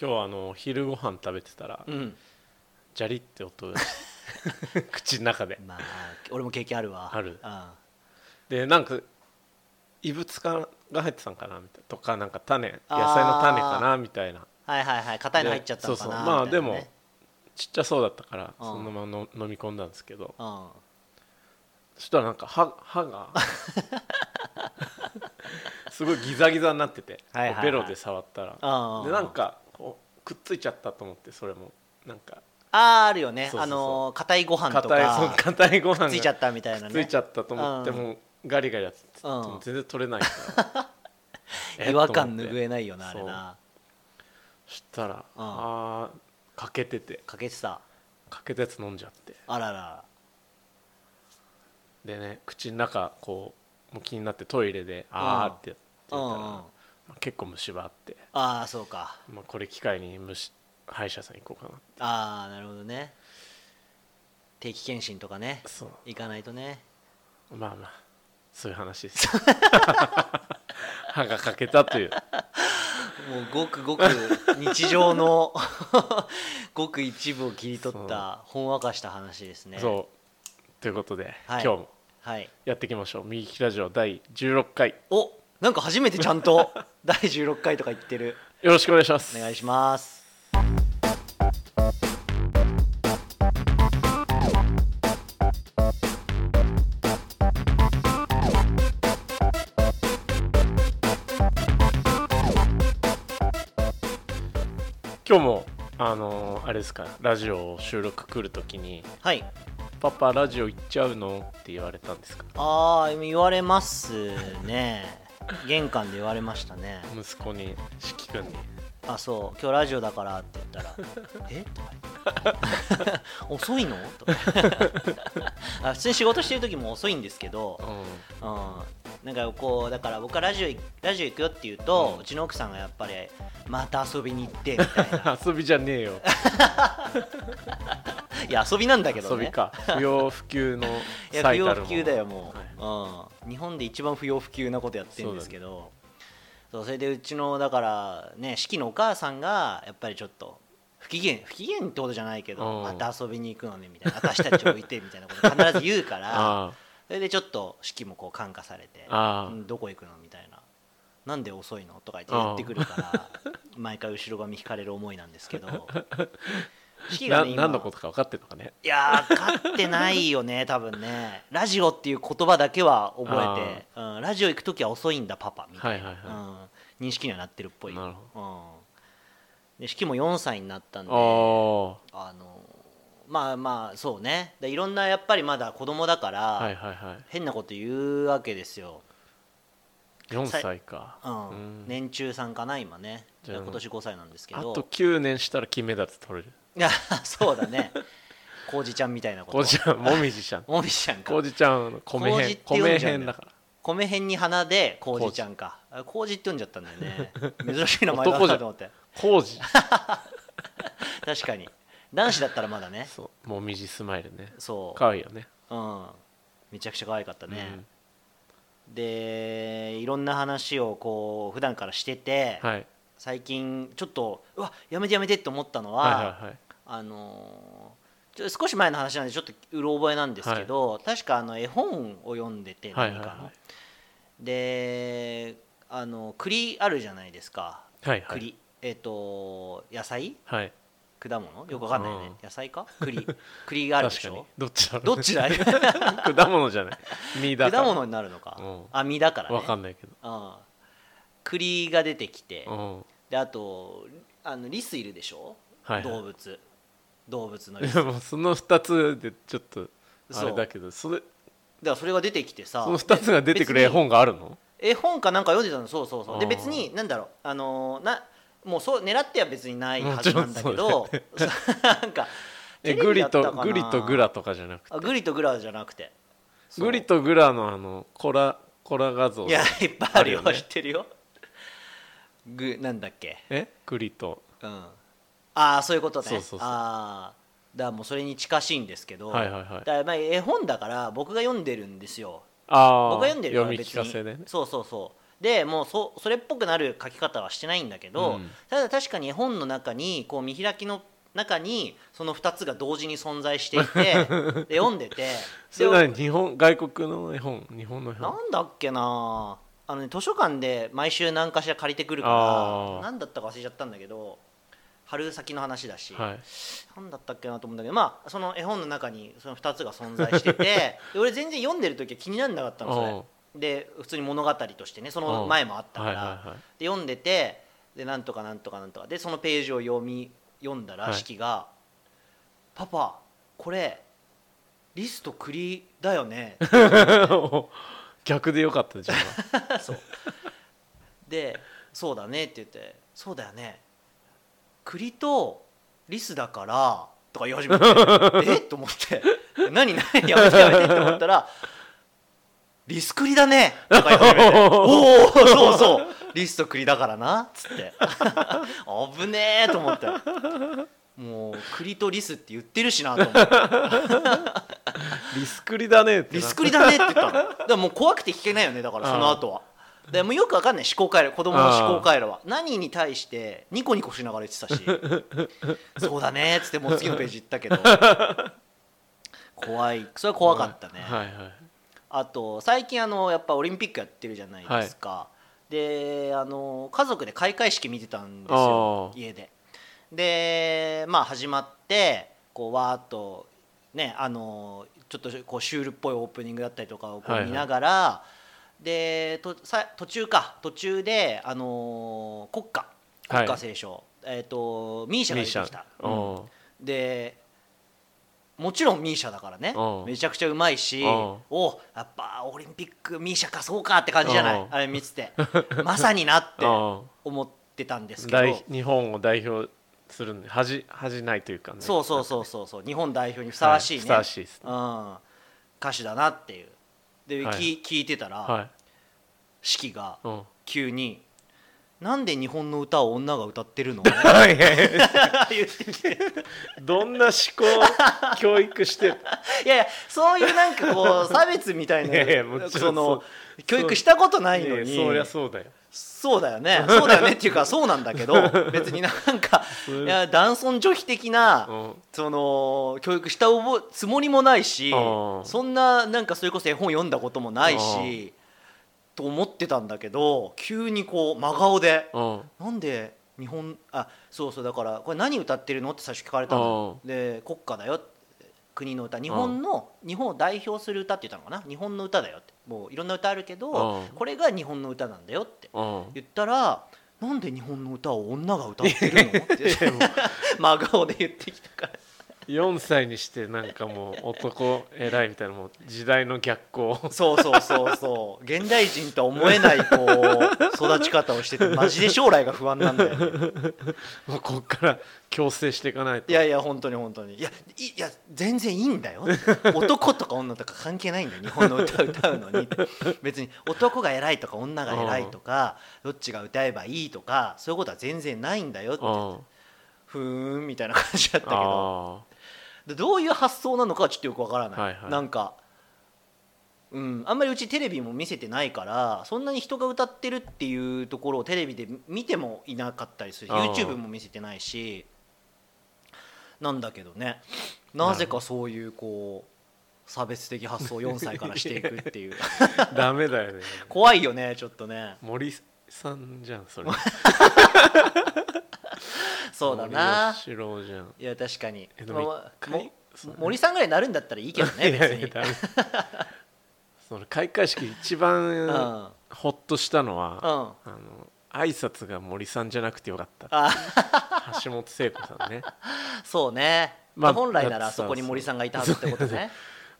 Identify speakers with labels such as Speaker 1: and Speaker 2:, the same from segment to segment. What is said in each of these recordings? Speaker 1: 今日あの昼ご飯食べてたら
Speaker 2: うん
Speaker 1: ジャリって音がして 口の中で
Speaker 2: まあ俺も経験あるわ
Speaker 1: ある
Speaker 2: あ
Speaker 1: でなんか異物かが入ってたんかなみたいなとかなんか種野菜
Speaker 2: あー
Speaker 1: の種かなみたいな
Speaker 2: はいはいはい硬いの入っちゃったのかな
Speaker 1: でそうそうまあ
Speaker 2: みたいなね
Speaker 1: でもちっちゃそうだったから
Speaker 2: うん
Speaker 1: そのままの飲み込んだんですけど
Speaker 2: うん
Speaker 1: そしたらなんか歯歯が すごいギザギザになってて
Speaker 2: はいはいはい
Speaker 1: こうベロで触ったら
Speaker 2: あー
Speaker 1: でなんかこうくっついちゃったと思ってそれもなんか
Speaker 2: あーあるよ
Speaker 1: そう
Speaker 2: ね
Speaker 1: そうそう
Speaker 2: あのー硬いご飯と
Speaker 1: 硬いそう
Speaker 2: か
Speaker 1: 硬いご飯が
Speaker 2: ついちゃったみたいなね
Speaker 1: ついちゃったと思って
Speaker 2: うん
Speaker 1: もうガリガリやってて
Speaker 2: うん
Speaker 1: もう全然取れないから
Speaker 2: 違和感
Speaker 1: えっと思って
Speaker 2: 拭えないよなあれな
Speaker 1: そしたら
Speaker 2: うん
Speaker 1: あー欠けてて
Speaker 2: かけてた
Speaker 1: 欠けたやつ飲んじゃって
Speaker 2: あらら
Speaker 1: でね口の中こうもう気になってトイレであーってやってたら、
Speaker 2: うんうん
Speaker 1: 結構虫歯あって、
Speaker 2: ああそうか
Speaker 1: まあ、これ機会に虫歯医者さん行こうかな
Speaker 2: ああなるほどね定期検診とかね
Speaker 1: そう
Speaker 2: 行かないとね
Speaker 1: まあまあそういう話です歯が欠けたという
Speaker 2: もうごくごく日常 のごく一部を切り取ったほんわかした話ですね
Speaker 1: そうということで、
Speaker 2: はい
Speaker 1: 今日も
Speaker 2: はい
Speaker 1: やっていきましょう右利きラジオ第16回
Speaker 2: おなんか初めてちゃ んと第16回とか言ってる
Speaker 1: よろしくお願いします
Speaker 2: お願いします
Speaker 1: 今日もあのーあれですかラジオ収録来るときに
Speaker 2: はい
Speaker 1: 「パパラジオ行っちゃうの?」って言われたんですか
Speaker 2: ああ言われますね玄関で言われましたね
Speaker 1: 息子にしきくんに
Speaker 2: あそう今日ラジオだからって言ったら 「えとか言って「 遅いの?」とか あ普通に仕事してる時も遅いんですけど、
Speaker 1: う
Speaker 2: うん、なんかこうだから僕はラジオいラジオ行くよって言うと、
Speaker 1: う
Speaker 2: うんちの奥さんがやっぱり「また遊びに行って」みた いな
Speaker 1: ん、遊びじゃねえよ、
Speaker 2: いや遊びなんだけど
Speaker 1: 遊
Speaker 2: ね
Speaker 1: びか不要不急の
Speaker 2: いや不要不
Speaker 1: も
Speaker 2: 急だよもう、うん、日本で一番不要不急なことやってるんですけどそう、それでうちのだからね四季のお母さんがやっぱりちょっと不機嫌不機嫌ってことじゃないけど、
Speaker 1: うん
Speaker 2: また遊びに行くのねみたいな私たち置いてみたいなこと必ず言うから
Speaker 1: あ
Speaker 2: それでちょっと四季もこう感化されて
Speaker 1: あー
Speaker 2: うんどこ行くのみたいな。なんで遅いのとか言って言ってくるから毎回後ろ髪引かれる思いなんですけ ど四
Speaker 1: あ
Speaker 2: 季
Speaker 1: な
Speaker 2: がね今
Speaker 1: 何のことか分かってるのかね
Speaker 2: いやー勝ってない よね多分ねラジオっていう言葉だけは覚えて、うん、ラジオ行く時は遅いんだパパみたいな、
Speaker 1: はいはい
Speaker 2: うん、認識にはなってるっぽいよ
Speaker 1: なる
Speaker 2: うん、で式も4歳になったんで
Speaker 1: ああ
Speaker 2: あのまあまあそうねでいろんなやっぱりまだ子供だから、
Speaker 1: はいはいはい
Speaker 2: 変なこと言うわけですよ、
Speaker 1: 4歳か
Speaker 2: うん
Speaker 1: うん
Speaker 2: 年中さんかな今ね
Speaker 1: じゃあ
Speaker 2: 今年5歳なんですけ
Speaker 1: あ
Speaker 2: ど
Speaker 1: と9年したら金メダル取れ る
Speaker 2: いや そうだね浩二ちゃんみたいなこと
Speaker 1: こうじゃんもみじちゃん
Speaker 2: もみじちゃんか
Speaker 1: こうじちゃん米
Speaker 2: 麹っ
Speaker 1: 編
Speaker 2: て呼んじゃう
Speaker 1: 米編
Speaker 2: んだよ
Speaker 1: だから
Speaker 2: 米編に花で麹ちゃんかあ麹って読んじゃったんだよ ね珍しい名前だ
Speaker 1: 男じ
Speaker 2: な
Speaker 1: ゃ
Speaker 2: と思って
Speaker 1: こうじ
Speaker 2: 確かに男子だったらまだ ね
Speaker 1: そうもみじスマイルね
Speaker 2: そ
Speaker 1: かわいいよね
Speaker 2: う、うん、めちゃくちゃ可愛かったね、でいろんな話をこう普段からしてて、
Speaker 1: うんはい
Speaker 2: 最近ちょっとうわやめてやめてって思ったのは、
Speaker 1: はいはいはい
Speaker 2: あのーちょ少し前の話なんでちょっとうろ覚えなんですけど、確かあの絵本を読んでて
Speaker 1: はい
Speaker 2: 何
Speaker 1: は
Speaker 2: か
Speaker 1: い
Speaker 2: の、
Speaker 1: はい
Speaker 2: であの栗あるじゃないですか
Speaker 1: はいは
Speaker 2: 栗、
Speaker 1: い
Speaker 2: えっ、と野菜
Speaker 1: はい
Speaker 2: 果物よくわかんないよね、
Speaker 1: うん
Speaker 2: 野菜か栗 栗があるで
Speaker 1: 確
Speaker 2: し
Speaker 1: かに
Speaker 2: ょ
Speaker 1: どっちだろ
Speaker 2: ど
Speaker 1: う
Speaker 2: っちだい
Speaker 1: 果物じゃない実だから
Speaker 2: 果物になるのか、
Speaker 1: うん
Speaker 2: あ実だからね
Speaker 1: わかんないけど
Speaker 2: うん、栗が出てきて、
Speaker 1: うん
Speaker 2: であとあのリスいるでしょ、
Speaker 1: はいはい
Speaker 2: 動物動物のリス
Speaker 1: で もその2つでちょっとあれだけどそれ
Speaker 2: だからそれが出てきてさ
Speaker 1: その2つが出てくる絵本があるの
Speaker 2: 絵本かなんか読んでたのそうそうそうで
Speaker 1: あー
Speaker 2: 別になんだろうあのーなもうそう狙っては別にないはずなんだけ
Speaker 1: も
Speaker 2: ど、 なんか
Speaker 1: え
Speaker 2: テレ
Speaker 1: グ
Speaker 2: ビ
Speaker 1: リ
Speaker 2: だったか
Speaker 1: と
Speaker 2: な
Speaker 1: グリとグラとかじゃなくて
Speaker 2: あグリとグラじゃなくてそう
Speaker 1: グリとグラのあのコラコラ画像
Speaker 2: いやいっぱいある
Speaker 1: あ
Speaker 2: よ
Speaker 1: るよね
Speaker 2: 知ってるよグなんだっけ
Speaker 1: えグリと
Speaker 2: うんああそういうことね
Speaker 1: そうそうそう
Speaker 2: ああだからもうそれに近しいんですけど、
Speaker 1: はいはいはい
Speaker 2: だからまあ絵本だから僕が読んでるんですよ
Speaker 1: ああ
Speaker 2: 僕が読んでるから
Speaker 1: 読み聞かせでね
Speaker 2: そうそうそうでもうそそれっぽくなる書き方はしてないんだけど、
Speaker 1: うん
Speaker 2: ただ確かに絵本の中にこう見開きの中にその2つが同時に存在して いてで読んでて
Speaker 1: そ
Speaker 2: で
Speaker 1: れ何日本外国の絵本日本の絵本
Speaker 2: なんだっけなあの、ね、図書館で毎週何かしら借りてくる
Speaker 1: あ
Speaker 2: か
Speaker 1: ー
Speaker 2: ら何だったか忘れちゃったんだけど春先の話だし、
Speaker 1: はい
Speaker 2: 何だったっけなと思うんだけどまあその絵本の中にその2つが存在して てで俺全然読んでる時は気にならなかったのそれ
Speaker 1: おう
Speaker 2: で普通に物語としてねその前もあったか
Speaker 1: はい
Speaker 2: ら、
Speaker 1: はいはい
Speaker 2: で読んでてでなんとかなんとかなんとかでそのページを読み読んだ
Speaker 1: は
Speaker 2: ら
Speaker 1: い
Speaker 2: 式が「パパこれリスと栗だよね」
Speaker 1: 逆でよかったじゃん
Speaker 2: そうで「そうだね」って言って「そうだよね栗とリスだから」とか言い始めて「えっ?」と思って「何何やめてやめて」って思ったら「リス栗だね」とか言い始めて「おおそうそうリスと栗だからな」っつって 「あぶねえ」と思ってもう栗とリスって言ってるしなと思って
Speaker 1: リスクリだねって
Speaker 2: リ
Speaker 1: な
Speaker 2: スクリだねって言ったのだからもう怖くて聞けないよねだからその後はでもうよくわかんない思考回路子供の思考回路は何に対してニコニコしながら言ってたし そうだねっつってもう次のページ行ったけど怖いそれは怖かったね、
Speaker 1: はいはい
Speaker 2: あと最近あのやっぱオリンピックやってるじゃないですか、であの家族で開会式見てたんですよ
Speaker 1: あー
Speaker 2: 家ででまあ始まってこうわーっとねあのちょっとこうシュールっぽいオープニングだったりとかをこ
Speaker 1: はいうはい
Speaker 2: 見ながら、でとさ途中か途中であの国歌国歌斉唱、えっ、とミーシャが
Speaker 1: ミー
Speaker 2: 出て
Speaker 1: シャ
Speaker 2: きた、うん
Speaker 1: お
Speaker 2: でもちろんミーシャだからね
Speaker 1: うん
Speaker 2: めちゃくちゃうまいし
Speaker 1: うん
Speaker 2: おやっぱオリンピックミーシャかそうかって感じじゃな
Speaker 1: う
Speaker 2: い
Speaker 1: ん
Speaker 2: あれ見ててまさになって
Speaker 1: うん
Speaker 2: 思ってたんですけ
Speaker 1: 代
Speaker 2: ど
Speaker 1: 日本を代表するんで恥恥じないというかね
Speaker 2: そうそうそうそうそう日本代表にふさわしいね
Speaker 1: はいふさわしいですね
Speaker 2: うん歌手だなっていうで
Speaker 1: はい
Speaker 2: き聞いてたら
Speaker 1: は
Speaker 2: 四季が
Speaker 1: い、うん」
Speaker 2: 急に「なんで日本の歌を女が歌ってるの?
Speaker 1: いやいや
Speaker 2: 言ってきて
Speaker 1: どんな思考教育してる
Speaker 2: いやいやそういうなんかこう差別みたい
Speaker 1: いやいやも
Speaker 2: な
Speaker 1: ちろん
Speaker 2: その
Speaker 1: そう
Speaker 2: 教育したこと ないの
Speaker 1: い
Speaker 2: に
Speaker 1: やそりゃそうだよ
Speaker 2: そうだ よねそうだよねっていうかそうなんだけど別になんか
Speaker 1: そう
Speaker 2: いや男尊女卑的な、
Speaker 1: うん
Speaker 2: その教育した覚えつもりもないし
Speaker 1: うん
Speaker 2: そんななんかそれこそ絵本読んだこともないし
Speaker 1: う
Speaker 2: と思ってたんだけど急にこう真顔で
Speaker 1: うん
Speaker 2: なんで日本あそうそうだからこれ何歌ってるのって最初聞かれたので国歌だよ国の歌日本の日本を代表する歌って言ったのかな日本の歌だよってもういろんな歌あるけど
Speaker 1: うん
Speaker 2: これが日本の歌なんだよって
Speaker 1: うん
Speaker 2: 言ったらなんで日本の歌を女が歌ってるのって真顔で言ってきたから
Speaker 1: 4歳にしてなんかもう男偉いみたいなもう時代の逆行
Speaker 2: そうそうそうそう現代人とは思えないこう育ち方をしててマジで将来が不安なんだよね
Speaker 1: もうこっから強制していかないと
Speaker 2: いやいや本当に本当にいやいいや全然いいんだよ男とか女とか関係ないんだよ日本の歌歌うのに別に男が偉いとか女が偉いとかどっちが歌えばいいとかそういうことは全然ないんだよって
Speaker 1: うん
Speaker 2: ふーんみたいな感じだったけど
Speaker 1: あ
Speaker 2: でどういう発想なのかはちょっとよくわからない、
Speaker 1: はいはい
Speaker 2: なんかうん、あんまりうちテレビも見せてないからそんなに人が歌ってるっていうところをテレビで見てもいなかったりする
Speaker 1: あー
Speaker 2: YouTube も見せてないしなんだけどねなぜかそういうこう差別的発想を4 歳からしていくっていう
Speaker 1: ーダメだよね
Speaker 2: 怖いよねちょっとね
Speaker 1: 森さんじゃんそれ
Speaker 2: そうだな
Speaker 1: 森喜朗じゃん
Speaker 2: いや確かに、
Speaker 1: えでも
Speaker 2: まあまあ
Speaker 1: 一回
Speaker 2: も
Speaker 1: そう
Speaker 2: 森さんぐらいになるんだったらいいけどね
Speaker 1: いや
Speaker 2: 別
Speaker 1: いや
Speaker 2: に
Speaker 1: ダメその開会式一
Speaker 2: うん
Speaker 1: 番
Speaker 2: あ
Speaker 1: ホッとしたのは、
Speaker 2: う
Speaker 1: あの挨拶が森さんじゃなくてよかった橋本聖子さんね
Speaker 2: そうね、
Speaker 1: まあ
Speaker 2: 本来ならあそこに森さんがいたはずってことね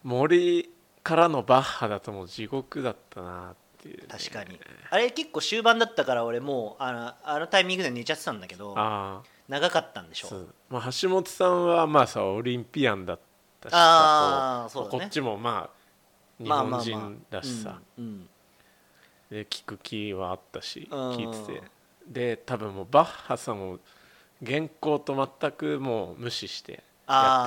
Speaker 1: 森からのバッハだともう地獄だったなっていうね、
Speaker 2: 確かにあれ結構終盤だったから俺もうあのあのタイミングで寝ちゃってたんだけど
Speaker 1: ああ
Speaker 2: 長かったんでしょ
Speaker 1: そう、まあ、橋本さんはまあさオリンピアンだったしさ
Speaker 2: あー
Speaker 1: こう
Speaker 2: そうだね
Speaker 1: こっちもまあ日
Speaker 2: まあま
Speaker 1: 本
Speaker 2: あまあ
Speaker 1: 人だしさ、
Speaker 2: うん
Speaker 1: で聞く気はあったし
Speaker 2: うん
Speaker 1: 聞いててで多分もうバッハさんも原稿と全くもう無視してやって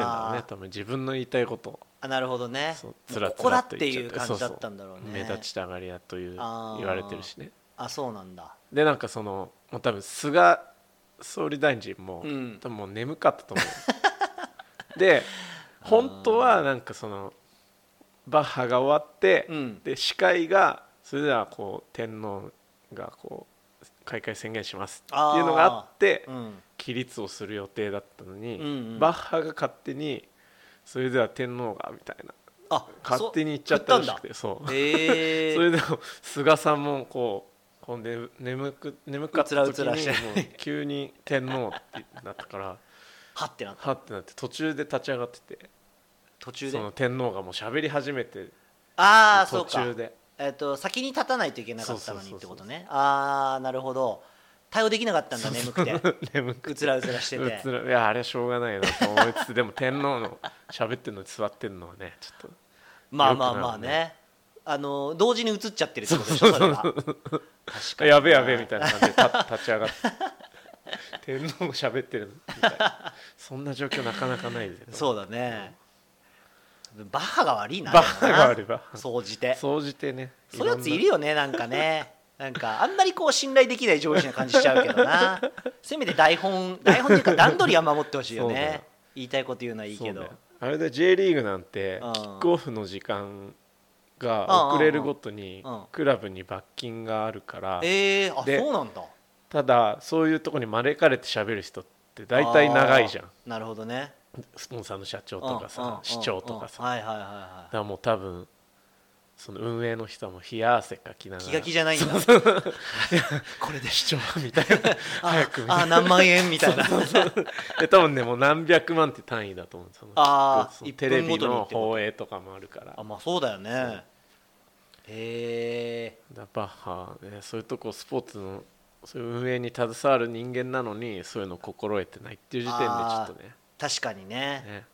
Speaker 1: んだろうね
Speaker 2: あー
Speaker 1: 多分自分の言いたいことを
Speaker 2: あなるほどね
Speaker 1: そう
Speaker 2: もう
Speaker 1: つらつ
Speaker 2: ここだ
Speaker 1: ら
Speaker 2: っ
Speaker 1: と
Speaker 2: て
Speaker 1: 言っちゃ
Speaker 2: い
Speaker 1: っ
Speaker 2: う
Speaker 1: て
Speaker 2: 感
Speaker 1: そう
Speaker 2: じだ
Speaker 1: そう
Speaker 2: ったんだろうね
Speaker 1: 目立ちたがり屋という
Speaker 2: あー
Speaker 1: 言われてるしね
Speaker 2: あそうなんだ
Speaker 1: でなんかそのもう多分菅総理大臣も、
Speaker 2: うん
Speaker 1: 多分もう眠かったと思う で本当はなんかそのバッハが終わって、
Speaker 2: うん
Speaker 1: で司会がそれではこう天皇がこう開会宣言しますっていうのがあって
Speaker 2: うん
Speaker 1: 起立をする予定だったのに、
Speaker 2: うんうん
Speaker 1: バッハが勝手にそれでは天皇がみたいな
Speaker 2: あ
Speaker 1: 勝手に言っちゃったらしくてそう
Speaker 2: ええ
Speaker 1: それでも菅さんもこうこう眠眠く眠かった時
Speaker 2: うつらうつ
Speaker 1: に
Speaker 2: らし
Speaker 1: も
Speaker 2: て
Speaker 1: う急に天皇ってなったから
Speaker 2: はってなった
Speaker 1: はってなって途中で立ち上がってて
Speaker 2: 途中で
Speaker 1: その天皇がもう喋り始めて
Speaker 2: ああそ
Speaker 1: 途
Speaker 2: うか
Speaker 1: 中で
Speaker 2: えっと先に立たないといけなかったのに
Speaker 1: そうそうそうそう
Speaker 2: ってことねああなるほど対応できなかったんだ眠くて
Speaker 1: 眠く
Speaker 2: うつらうつらし て
Speaker 1: う
Speaker 2: て
Speaker 1: つらいやあれはしょうがないなと思いつつでも天皇の喋ってるのに座ってるのはねちょっと
Speaker 2: まあまあまあ
Speaker 1: よくなる
Speaker 2: ねあの同時に映っちゃってるってことでしょそれは確か
Speaker 1: あ
Speaker 2: に
Speaker 1: やべえやべえみたいな感じで立立ち上がって天皇が喋ってるみたいなそんな状況なかなかないで
Speaker 2: そうだねバッハが悪いな
Speaker 1: バッハが悪い
Speaker 2: でもな
Speaker 1: バッハ
Speaker 2: 総じて
Speaker 1: 総じてね
Speaker 2: そういうやつい
Speaker 1: ろん
Speaker 2: る
Speaker 1: な
Speaker 2: よねなんかねなんかあんまりこう信頼できない上司な感じしちゃうけどなせめて台本台本っていうか段取りは守ってほしい よ
Speaker 1: そうだよ
Speaker 2: ね言いたいこと言うのはいいけ
Speaker 1: そう
Speaker 2: ど
Speaker 1: ねあれで J リーグなんて
Speaker 2: うん
Speaker 1: キックオフの時間が遅れるごとに
Speaker 2: うんうんうんうん
Speaker 1: クラブに罰金があるから
Speaker 2: えー、あ
Speaker 1: で
Speaker 2: そうなんだ
Speaker 1: ただそういうとこに招かれて喋る人って大体長いじゃん
Speaker 2: あーなるほどね
Speaker 1: スポンサーの社長とか
Speaker 2: うんうん
Speaker 1: さ
Speaker 2: うん
Speaker 1: 市長とかさ
Speaker 2: うん
Speaker 1: だ
Speaker 2: はいはいはいは
Speaker 1: からもう多分その運営の人はもう冷や汗かきないが
Speaker 2: 気
Speaker 1: ら
Speaker 2: が気じゃないんだこれで
Speaker 1: 市長みたいな早くみた
Speaker 2: あ
Speaker 1: い
Speaker 2: あ何万円みたいな
Speaker 1: なで多分ねもう何百万って単位だと思うその
Speaker 2: あー
Speaker 1: その
Speaker 2: 一
Speaker 1: テレ
Speaker 2: 分ご
Speaker 1: ビ
Speaker 2: とにって
Speaker 1: の
Speaker 2: こと
Speaker 1: 放映とかもあるから
Speaker 2: あまあそうだよねへえ
Speaker 1: だバッハはねそういうとこスポーツのそういう運営に携わる人間なのにそういうのを心得てないっていう時点でちょっとね
Speaker 2: 確かにね
Speaker 1: ね、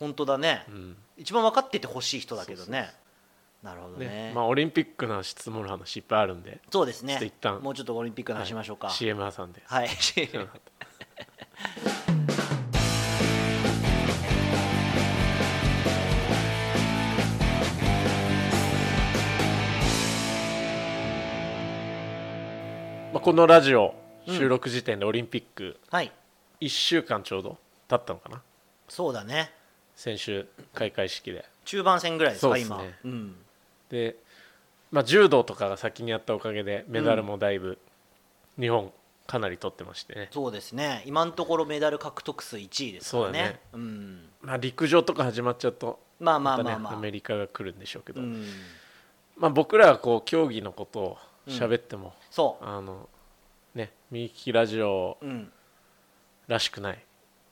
Speaker 2: 本当だね、
Speaker 1: うん
Speaker 2: 一番分かっててほしい人だけどねなるほどね
Speaker 1: ねまあ、オリンピックの話積もる話いっぱいあるんで、
Speaker 2: そうですね
Speaker 1: ちょっと一旦
Speaker 2: もうちょっとオリンピックの話しましょうか
Speaker 1: はい CM 挟んで。
Speaker 2: はい
Speaker 1: まあ、このラジオ収録時点でオリンピック
Speaker 2: はい
Speaker 1: 1週間ちょうど経ったのかな
Speaker 2: そうだね
Speaker 1: 先週開会式で
Speaker 2: 中盤戦ぐらいです
Speaker 1: そ
Speaker 2: か
Speaker 1: うですね
Speaker 2: 今うん
Speaker 1: で、まあ、柔道とかが先にやったおかげでメダルもだいぶ日本かなり取ってましてね、
Speaker 2: そうですね今のところメダル獲得数1位ですからね
Speaker 1: そうだね
Speaker 2: ん、
Speaker 1: まあ、陸上とか始まっちゃうと
Speaker 2: まあま
Speaker 1: ま
Speaker 2: あ
Speaker 1: た
Speaker 2: ま
Speaker 1: ね
Speaker 2: あまあ、
Speaker 1: アメリカが来るんでしょうけど、
Speaker 2: うん、
Speaker 1: まあ、僕らはこう競技のことを喋っても、
Speaker 2: そ
Speaker 1: あのね右利きラジオ
Speaker 2: う、うん、
Speaker 1: らしくない、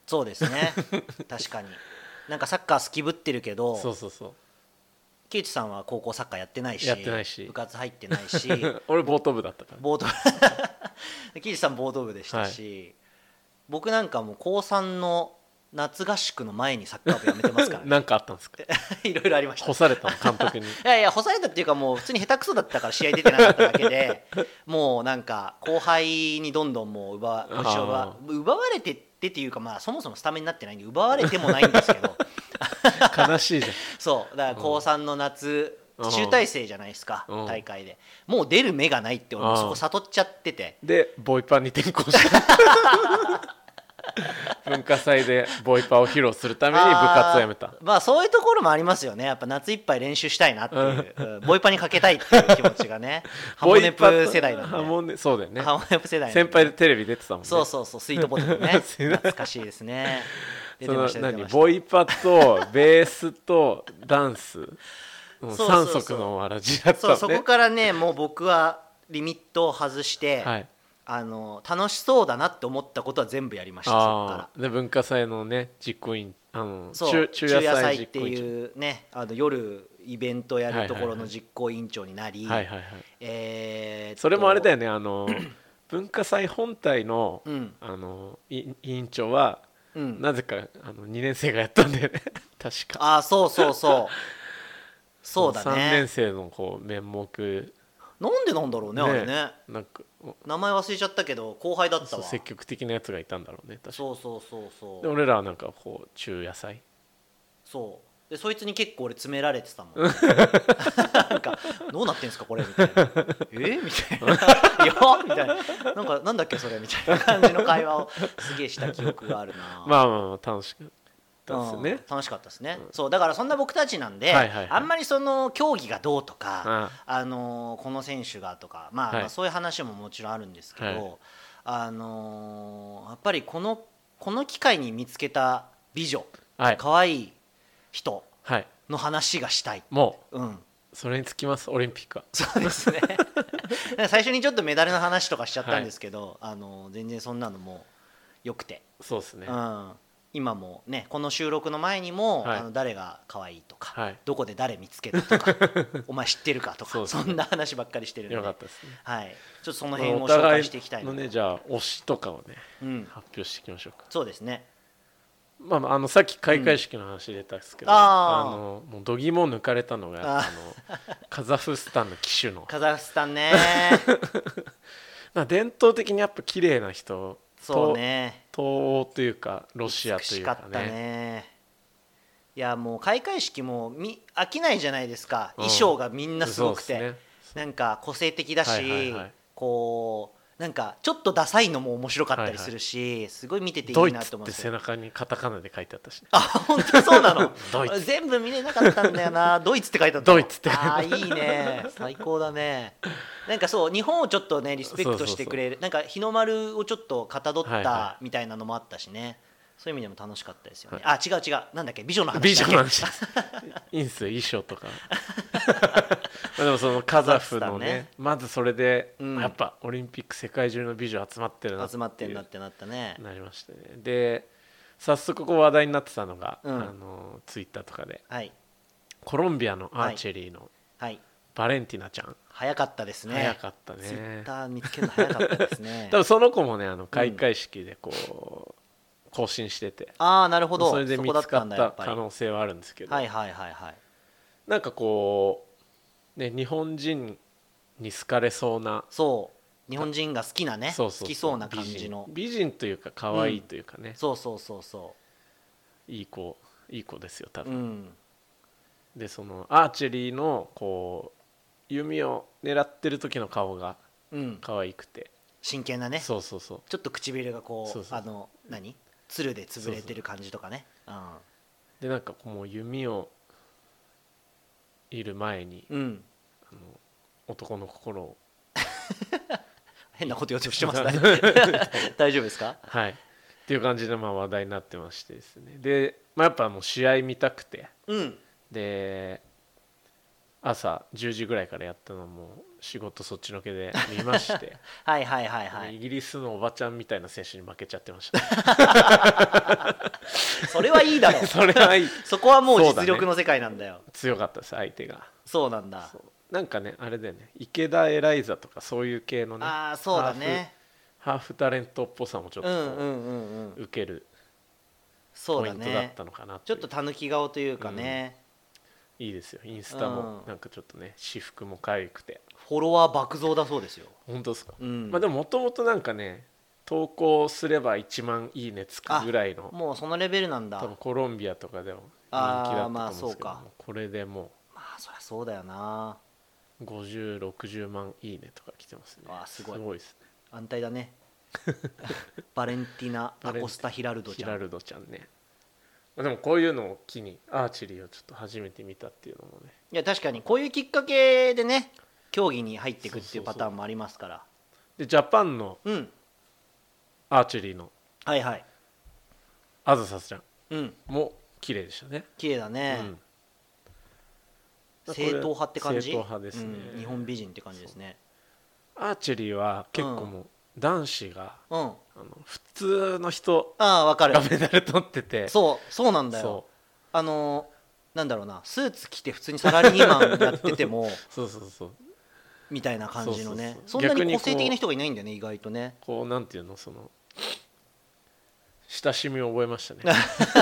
Speaker 2: そうですね 確かになんかサッカー好きぶってるけど
Speaker 1: そうそうそう
Speaker 2: 木内さんは高校サッカーやってないし
Speaker 1: やってないし
Speaker 2: 部活入ってない し
Speaker 1: 俺ボート部だったから
Speaker 2: ボート 木内さんボート部でしたし、僕なんかもう高3の夏合宿の前にサッカー部やめてますからね
Speaker 1: なんかあったんですか
Speaker 2: いろいろありました
Speaker 1: 干されたの監 督に
Speaker 2: いやいや干されたっていうかもう普通に下手くそだったから試合出てなかっただけ でもうなんか後輩にどんどんもう奪わ腰を奪わ
Speaker 1: あ
Speaker 2: 奪われてってっていうかまあそもそもスタメンになってないんで奪われてもないんです けど
Speaker 1: 悲しいじ
Speaker 2: そうだから高3の夏
Speaker 1: うん
Speaker 2: 集大成じゃないですか
Speaker 1: うん
Speaker 2: 大会でもう出る目がないって俺もそこ悟っちゃってて
Speaker 1: ゃんでボイパに転向 した文化祭でボイパを披露するために部活をやめた
Speaker 2: あーまあそういうところもありますよねやっぱ夏いっぱい練習したいなっていう、うんボイパにかけたいっていう気持ち がねハモネプ世代なんで
Speaker 1: ハモネそうだよね
Speaker 2: ハモネプ世代なんで
Speaker 1: 先輩でテレビ出てたもんね
Speaker 2: そうそうそう、スイートポテトね。
Speaker 1: すいません
Speaker 2: 懐かしいですね。出
Speaker 1: そ
Speaker 2: て
Speaker 1: の
Speaker 2: ました、出て
Speaker 1: 何
Speaker 2: ました。
Speaker 1: ボイパとベースとダンスうん
Speaker 2: そうそう
Speaker 1: 三足のわらじだっ
Speaker 2: そう、
Speaker 1: た
Speaker 2: そ
Speaker 1: のね
Speaker 2: こからね、もう僕はリミットを外して、
Speaker 1: はい
Speaker 2: あの楽しそうだなって思ったことは全部やりました。そこか
Speaker 1: あ
Speaker 2: ら。
Speaker 1: あで文化祭のね実行委員あの
Speaker 2: そう
Speaker 1: 中
Speaker 2: 中
Speaker 1: 中
Speaker 2: 野
Speaker 1: 野
Speaker 2: 菜
Speaker 1: 菜
Speaker 2: っ
Speaker 1: 実
Speaker 2: て
Speaker 1: 行委員
Speaker 2: いうねあの夜イベントやると
Speaker 1: はい
Speaker 2: ころ
Speaker 1: はいは
Speaker 2: の
Speaker 1: い
Speaker 2: 実行委員長になり
Speaker 1: はいはいはい
Speaker 2: えーっと
Speaker 1: それもあれだよねあ の文化祭本体の
Speaker 2: うん
Speaker 1: あのい委員長は
Speaker 2: うん
Speaker 1: なぜかあの2年生がやったんだよね確か
Speaker 2: ああそうそ うそうそうだ
Speaker 1: 3
Speaker 2: ね
Speaker 1: 年生のこう面目
Speaker 2: なんでなんだろうねあれね
Speaker 1: なんかお
Speaker 2: 名前忘れちゃったけど後輩だった
Speaker 1: そう
Speaker 2: わ
Speaker 1: 積極的なやつがいたんだろうね確か
Speaker 2: そうそうそうそう
Speaker 1: で俺らはなんかこう中野菜
Speaker 2: そうでそいつに結構俺詰められてたもんなんか「どうなってんすかこれ」みたい な「えみたいな「いや」みたいななんかなんだっけそれみたいな感じの会話をすげえした記憶があるな
Speaker 1: まあまあまあ楽しかったですよ
Speaker 2: う
Speaker 1: ね
Speaker 2: ん、楽しかったですね、そうだからそんな僕たちなんで、
Speaker 1: はいはいはい
Speaker 2: あんまりその競技がどうとか、
Speaker 1: う
Speaker 2: あのーこの選手がとか、まあ
Speaker 1: はい
Speaker 2: まあそういう話ももちろんあるんですけど、
Speaker 1: はい
Speaker 2: あのーやっぱりこのこの機会に見つけた美女
Speaker 1: はい
Speaker 2: 可愛い人
Speaker 1: はい
Speaker 2: の話がしたい、
Speaker 1: も
Speaker 2: うん、
Speaker 1: うそれにつきますオリンピックは
Speaker 2: そうですね最初にちょっとメダルの話とかしちゃったんですけど、あのー全然そんなのもうよくて。
Speaker 1: そうですね
Speaker 2: うん、今もねこの収録の前にも、
Speaker 1: はい
Speaker 2: あの誰が可愛いとか、
Speaker 1: はい
Speaker 2: どこで誰見つけた とかお前知ってるかとか
Speaker 1: そ
Speaker 2: そ,、
Speaker 1: うですね
Speaker 2: んな話ばっかりしてるんで
Speaker 1: よかったですね
Speaker 2: はい、ちょっとその
Speaker 1: まあ
Speaker 2: 辺
Speaker 1: お
Speaker 2: を紹
Speaker 1: 互
Speaker 2: 介
Speaker 1: い
Speaker 2: していきたいな
Speaker 1: の
Speaker 2: と
Speaker 1: ねじゃあ推しとかをね
Speaker 2: うん、
Speaker 1: 発表していきましょうか
Speaker 2: そうで すね
Speaker 1: まあまああのさっき開会式の話出たんですけど、
Speaker 2: うんあ
Speaker 1: あ
Speaker 2: ー
Speaker 1: のもう度肝を抜かれたのが
Speaker 2: あ
Speaker 1: あの カザフスタンの騎手の
Speaker 2: カザフスタンね
Speaker 1: まあ伝統的にやっぱ綺麗な人
Speaker 2: そうね
Speaker 1: と東欧というかロシア
Speaker 2: 美
Speaker 1: とい
Speaker 2: し
Speaker 1: う
Speaker 2: か
Speaker 1: か
Speaker 2: った
Speaker 1: ね
Speaker 2: ねいやもう開会式もみ飽きないじゃないですか、
Speaker 1: うん
Speaker 2: 衣装がみんなすごくて、
Speaker 1: そうですね
Speaker 2: なんか個性的だし、
Speaker 1: はいはいはい
Speaker 2: こうなんかちょっとダサいのも面白かったりするし、すごい見ててい
Speaker 1: ド
Speaker 2: い
Speaker 1: イ
Speaker 2: な
Speaker 1: ツ
Speaker 2: と
Speaker 1: っ
Speaker 2: 思うん
Speaker 1: て
Speaker 2: です
Speaker 1: 背
Speaker 2: よ
Speaker 1: 中にカタカナで書いてあったしね、
Speaker 2: あ本当そうなの
Speaker 1: ドイツ
Speaker 2: 全部見れなかったんだよ なドイツって書いてあったの
Speaker 1: ドイツって
Speaker 2: あーいいね最高だねなんかそう日本をちょっとねリスペクトしてくれるなんか日の丸をちょっとかたどっ
Speaker 1: はい
Speaker 2: た
Speaker 1: は
Speaker 2: みたいなのもあったしね、そういう意味でも楽しかったですよね、
Speaker 1: は
Speaker 2: あ違う違うなんだっけ美女の話だっけ
Speaker 1: 美女の話ですいいんですよ衣装とか まあでもそのカザフ
Speaker 2: カザ
Speaker 1: の
Speaker 2: フ
Speaker 1: ね
Speaker 2: スタンね
Speaker 1: まずそれで、
Speaker 2: うん
Speaker 1: やっぱオリンピック世界中の美女集まってるな
Speaker 2: 集まってん
Speaker 1: いう
Speaker 2: なってなったね
Speaker 1: なりましたねで早速こう話題になってたのが、
Speaker 2: うん
Speaker 1: あのツイッターとかで
Speaker 2: はい
Speaker 1: コロンビアのアーチェリーの
Speaker 2: はい
Speaker 1: バレンティナちゃん、
Speaker 2: 早かったですね
Speaker 1: 早かった
Speaker 2: ツイッ
Speaker 1: ね
Speaker 2: ター見つけるの早かったですね
Speaker 1: 多分その子もねあの開会式でこう、更新してて
Speaker 2: ああなるほど
Speaker 1: それで見
Speaker 2: こだ
Speaker 1: つかっ
Speaker 2: んだや
Speaker 1: た
Speaker 2: ぱり
Speaker 1: 可能性はあるんですけど
Speaker 2: はいはいはいはい
Speaker 1: なんかこう、ね、日本人に好かれそうな
Speaker 2: そう日本人が好きなね
Speaker 1: そうそうそう
Speaker 2: 好きそうな感じの
Speaker 1: 美人美人というか可愛いというかね、
Speaker 2: そうそうそうそ
Speaker 1: いい子いい子ですよ多
Speaker 2: うう
Speaker 1: 分、
Speaker 2: ん
Speaker 1: でそのアーチェリーのこう弓を狙ってる時の顔が
Speaker 2: うん
Speaker 1: 可愛くて、
Speaker 2: 真剣なね
Speaker 1: そうそうそう
Speaker 2: ちょっと唇がこ
Speaker 1: そう
Speaker 2: う
Speaker 1: そう
Speaker 2: あの何鶴で潰れてる感じとかねうん
Speaker 1: でなんかこうもう弓をいる前に
Speaker 2: うん
Speaker 1: あの男の心を
Speaker 2: 変なこと言おうとしてますね 大丈夫ですか
Speaker 1: はいっていう感じでまあ話題になってましてですねで、まあ、やっぱもう試合見たくて
Speaker 2: うん
Speaker 1: で朝10時ぐらいからやったのも仕事そっちのけで見ま して
Speaker 2: はいはいはいはい
Speaker 1: イギリスのおばちゃんみたいな選手に負けちゃってました、
Speaker 2: それはいいだろ う
Speaker 1: それはいい
Speaker 2: そこはもう
Speaker 1: そうだ
Speaker 2: 実
Speaker 1: ね
Speaker 2: 力の世界なんだよ
Speaker 1: 強かったです相手が
Speaker 2: そうなんだ
Speaker 1: そうなんかねあれだよね池田エライザとかそういう系のね
Speaker 2: ああそうだね
Speaker 1: ハーフハーフタレントっぽさもちょ
Speaker 2: う
Speaker 1: っ
Speaker 2: ん
Speaker 1: と
Speaker 2: う
Speaker 1: こ
Speaker 2: ん
Speaker 1: う
Speaker 2: うんうん
Speaker 1: 受ける
Speaker 2: そ
Speaker 1: ポ
Speaker 2: う
Speaker 1: イ
Speaker 2: だ
Speaker 1: ントだっ
Speaker 2: ね
Speaker 1: たのかな
Speaker 2: ちょっとたぬき顔というかね、
Speaker 1: いいですよインスタも
Speaker 2: うん
Speaker 1: なんかちょっとね私服も可愛くて
Speaker 2: フォロワー爆増だそうですよ、
Speaker 1: 本当ですか、
Speaker 2: うん
Speaker 1: まあでももともとなんかね投稿すれば1万いいねつくぐらいの
Speaker 2: もうそのレベルなんだ
Speaker 1: 多分コロンビアとかでも人気だった
Speaker 2: あー
Speaker 1: と思
Speaker 2: ま
Speaker 1: うん
Speaker 2: あ
Speaker 1: ですけど
Speaker 2: そうか
Speaker 1: もうこれでも
Speaker 2: まあそりゃそうだよな
Speaker 1: う5060万いいねとか来てますね
Speaker 2: わあすごい
Speaker 1: ですね
Speaker 2: 安泰だ ねバレンティナ・アコスタ・ヒラルド
Speaker 1: ヒ
Speaker 2: ちゃ
Speaker 1: ラ
Speaker 2: ん
Speaker 1: ルドちゃんねまあでもこういうのを機にアーチェリーをちょっと初めて見たっていうのもね
Speaker 2: いや確かにこういうきっかけでね競技に入っていくっていうパターンもありますから
Speaker 1: でジャパンの
Speaker 2: うん
Speaker 1: アーチェリーの
Speaker 2: はいはい
Speaker 1: あずさちゃん
Speaker 2: うん
Speaker 1: も綺麗でしたね、
Speaker 2: 綺麗だね、
Speaker 1: うん
Speaker 2: 正統派って感じ
Speaker 1: 正統派ですね
Speaker 2: うん日本美人って感じですね
Speaker 1: アーチェリーは結構もう男子が、
Speaker 2: うんあ
Speaker 1: あの普通の人
Speaker 2: あ分かる
Speaker 1: がメダル取ってて
Speaker 2: そうそうなんだよ
Speaker 1: そ
Speaker 2: あのなんだろうなスーツ着て普通にサラリーマンやってて も
Speaker 1: うそうそうそう
Speaker 2: みたいな感じのね
Speaker 1: そ
Speaker 2: そ
Speaker 1: そうそ
Speaker 2: う
Speaker 1: うん
Speaker 2: な
Speaker 1: 逆に
Speaker 2: に
Speaker 1: こう
Speaker 2: 個性的な人がいないんだよね意外とね
Speaker 1: こうなんていうのその親しみを覚えましたね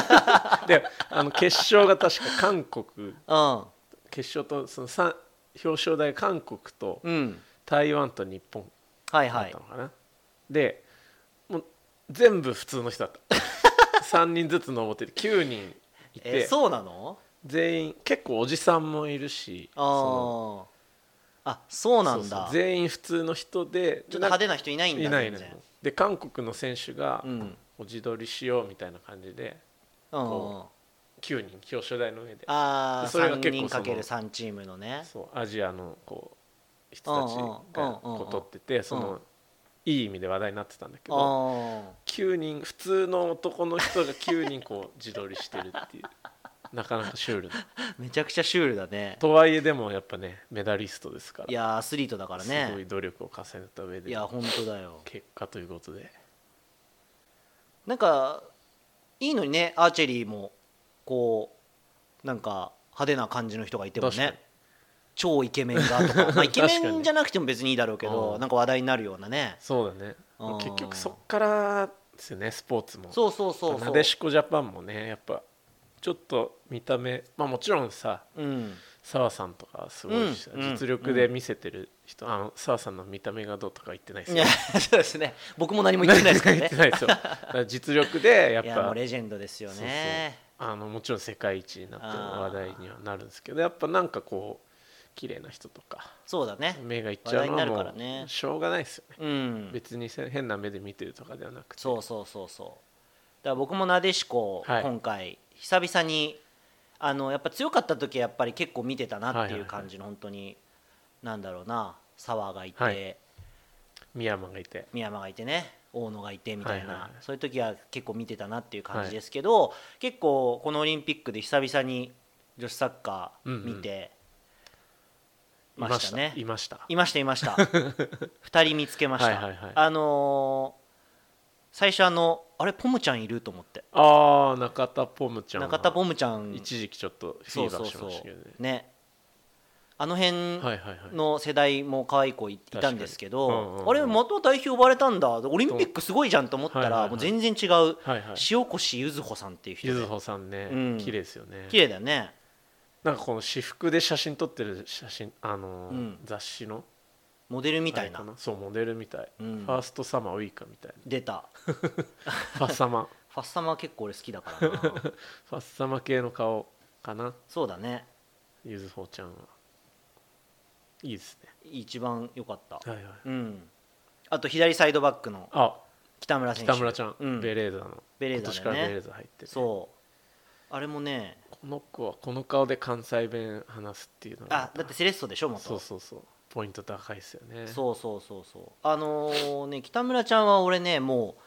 Speaker 1: であの決勝が確か韓国
Speaker 2: うん
Speaker 1: 決勝とそのさん表彰台が韓国と
Speaker 2: うん
Speaker 1: 台湾と日本
Speaker 2: はい
Speaker 1: だ
Speaker 2: は
Speaker 1: っ
Speaker 2: い
Speaker 1: たのかな、でもう全部普通の人だった3人ずつ登ってて9人いて、
Speaker 2: えーそうなの
Speaker 1: 全員結構おじさんもいるしその
Speaker 2: あああそうなん
Speaker 1: そう
Speaker 2: だ
Speaker 1: そう全員普通の人で
Speaker 2: ちょっと
Speaker 1: なん
Speaker 2: 派
Speaker 1: か
Speaker 2: 手な人いないんだ
Speaker 1: いないの
Speaker 2: 全
Speaker 1: よ
Speaker 2: 然
Speaker 1: で韓国の選手が
Speaker 2: うん
Speaker 1: お自撮りしようみたいな感じで
Speaker 2: うん
Speaker 1: こ9人表彰台の上で
Speaker 2: ああ
Speaker 1: でそれが
Speaker 2: 3
Speaker 1: 結構
Speaker 2: 人かける
Speaker 1: そ
Speaker 2: 3チームのね
Speaker 1: そうアジアのこう人たちが
Speaker 2: うんうんうんうん
Speaker 1: こう撮っててそのいい意味で話題になってたんだけ
Speaker 2: あ
Speaker 1: ど
Speaker 2: ー
Speaker 1: 9人普通の男の人が9人こう自撮りしてるっていう なかなかシュールな
Speaker 2: めちゃくちゃシュールだね
Speaker 1: とはいえでもやっぱねメダリストですから
Speaker 2: いやーアスリートだから
Speaker 1: すごい
Speaker 2: ね
Speaker 1: 努力を重ねた上
Speaker 2: い
Speaker 1: で
Speaker 2: や本当だよ
Speaker 1: 結果ということで
Speaker 2: なんかいいのにねアーチェリーもこうなんか派手な感じの人がいても
Speaker 1: 確か
Speaker 2: ね
Speaker 1: に
Speaker 2: 超イケメンがと か、まあ、イケメ
Speaker 1: 確か
Speaker 2: ン
Speaker 1: に
Speaker 2: じゃなくても別にいいだろうけ
Speaker 1: う
Speaker 2: ど
Speaker 1: ん
Speaker 2: なんか話題になるようなね
Speaker 1: そうだね
Speaker 2: うん
Speaker 1: 結局そっからですよねスポーツも
Speaker 2: そうそうそうそ
Speaker 1: な
Speaker 2: う
Speaker 1: でしこジャパンもねやっぱちょっと見た目まあもちろんさ
Speaker 2: うん
Speaker 1: 澤さんとかすごいし
Speaker 2: うんうん
Speaker 1: 実力で見せてる人あの澤さんの見た目がどうとか言ってないです
Speaker 2: い
Speaker 1: よ
Speaker 2: やそうですね僕も何も言ってないですけど
Speaker 1: 言
Speaker 2: ね
Speaker 1: ってないですよだから実力でやっ
Speaker 2: いやも
Speaker 1: ぱ
Speaker 2: うレジェンドですよ
Speaker 1: そうそう
Speaker 2: ね
Speaker 1: あのもちろん世界一になって
Speaker 2: あー
Speaker 1: 話題にはなるんですけどやっぱなんかこう綺麗な人とか
Speaker 2: そうだね
Speaker 1: 目がいっちゃうのはも
Speaker 2: 話題になるからね
Speaker 1: うしょうがないですよね
Speaker 2: うん
Speaker 1: 別にせ変な目で見てるとかではなくて
Speaker 2: そうそうそうそうだから僕もなでしこ、
Speaker 1: はい
Speaker 2: 今回久々にあのやっぱ強かった時はやっぱり結構見てたな
Speaker 1: は
Speaker 2: っ
Speaker 1: い
Speaker 2: て
Speaker 1: はいいうはい
Speaker 2: 感じの本当になんだろうな澤がいて、
Speaker 1: はい深山がいて
Speaker 2: 三山がいてね大野がいてみたいな、
Speaker 1: はいはいはい
Speaker 2: そういう時は結構見てたなっていう感じですけど、結構このオリンピックで久々に女子サッカー見て
Speaker 1: い
Speaker 2: ましたね、
Speaker 1: いました
Speaker 2: いましたいました 二人見つけました、
Speaker 1: はいはいはい
Speaker 2: あのー最初あのあれポムちゃんいると思って
Speaker 1: ああ中田ポムちゃんは
Speaker 2: 中田ポムちゃん
Speaker 1: 一時期ちょっとフ
Speaker 2: そ
Speaker 1: ィ
Speaker 2: う
Speaker 1: ーバ
Speaker 2: そ
Speaker 1: ー
Speaker 2: う
Speaker 1: し
Speaker 2: そ
Speaker 1: ましたけどね
Speaker 2: うねあの辺
Speaker 1: はいはいはい
Speaker 2: の世代も可愛い子いいたんですけ
Speaker 1: 確かにうんうん
Speaker 2: ど
Speaker 1: うん
Speaker 2: あれ元代表呼ばれたんだオリンピックすごいじゃんと思った
Speaker 1: はいはい
Speaker 2: ら
Speaker 1: はい
Speaker 2: もう全然違う
Speaker 1: はいはい
Speaker 2: 塩越ゆずほさんっていう人
Speaker 1: ゆず
Speaker 2: で
Speaker 1: ほさんね
Speaker 2: うん
Speaker 1: 綺麗ですよね
Speaker 2: 綺麗だね
Speaker 1: なんかこの私服で写真撮ってる写真あのー
Speaker 2: うん
Speaker 1: 雑誌の
Speaker 2: モデルみたい
Speaker 1: あ
Speaker 2: な
Speaker 1: れかそうモデルみたい
Speaker 2: うん
Speaker 1: ファーストサマーウイカみたい
Speaker 2: 出た
Speaker 1: なファッサマ
Speaker 2: ファッサマは結構俺好きだからな
Speaker 1: ファッサマ系の顔かな
Speaker 2: そうだね
Speaker 1: ゆずほちゃんはいいです
Speaker 2: 一番良かった
Speaker 1: ねはいはい
Speaker 2: うんあと左サイドバックの
Speaker 1: あ
Speaker 2: 北村選手
Speaker 1: 北村ちゃん、
Speaker 2: うん
Speaker 1: ベレーザの
Speaker 2: ベレーザ
Speaker 1: 今
Speaker 2: だね
Speaker 1: 年からベレーザ入ってる
Speaker 2: そうあれもね
Speaker 1: この子はこの顔で関西弁話すっていうのが
Speaker 2: あだってセレッソでしょ元
Speaker 1: そうそうそうポイント高いですよね
Speaker 2: そうそうそうそうあのーね北村ちゃんは俺ねもう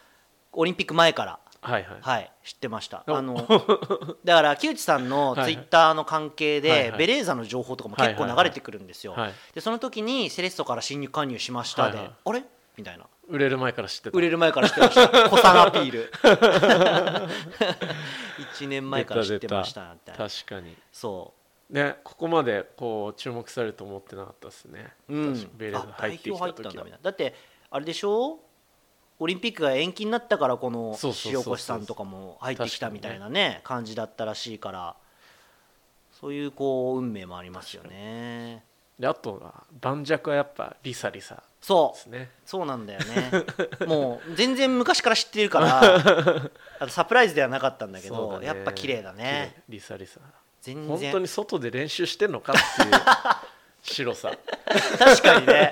Speaker 2: オリンピック前から
Speaker 1: はいはい
Speaker 2: はい知ってました
Speaker 1: お
Speaker 2: あのだから木内さん
Speaker 1: は
Speaker 2: の
Speaker 1: いはい
Speaker 2: ツイッターの関係で、
Speaker 1: はいはい
Speaker 2: ベレーザの情報とかも結構流れてくるんですよ、
Speaker 1: はい
Speaker 2: でその時にセレッソから新入加入しましたで、
Speaker 1: はいはい
Speaker 2: あれみたいな
Speaker 1: 売れる前から知ってた
Speaker 2: 売れる前から知ってま した子さんアピール1年前から知ってましたみたいな
Speaker 1: 確かに
Speaker 2: そ
Speaker 1: ねここまでこう注目されると思ってなかったですね、
Speaker 2: う、うん
Speaker 1: 私、ベレーザ
Speaker 2: あ
Speaker 1: 入ってき
Speaker 2: 代
Speaker 1: た
Speaker 2: 表入
Speaker 1: 時
Speaker 2: んだ
Speaker 1: は
Speaker 2: みたいなだってあれでしょオリンピックが延期になったからこの
Speaker 1: そうそうそう
Speaker 2: 塩
Speaker 1: そう
Speaker 2: 越さんとかも入ってきたみたいなね感じだったらしいからそういうこう運命もありますよね
Speaker 1: であとは盤石はやっぱリサリサ
Speaker 2: そ
Speaker 1: で
Speaker 2: う
Speaker 1: すね
Speaker 2: そうなんだよ ねもう全然昔から知ってるからあのサプライズではなかったんだけ
Speaker 1: そう
Speaker 2: ど
Speaker 1: だね
Speaker 2: やっぱ綺麗だね
Speaker 1: 綺麗リサリサ
Speaker 2: 全
Speaker 1: 本
Speaker 2: 然
Speaker 1: 当に外で練習してんのかって いう白さ
Speaker 2: 確かにね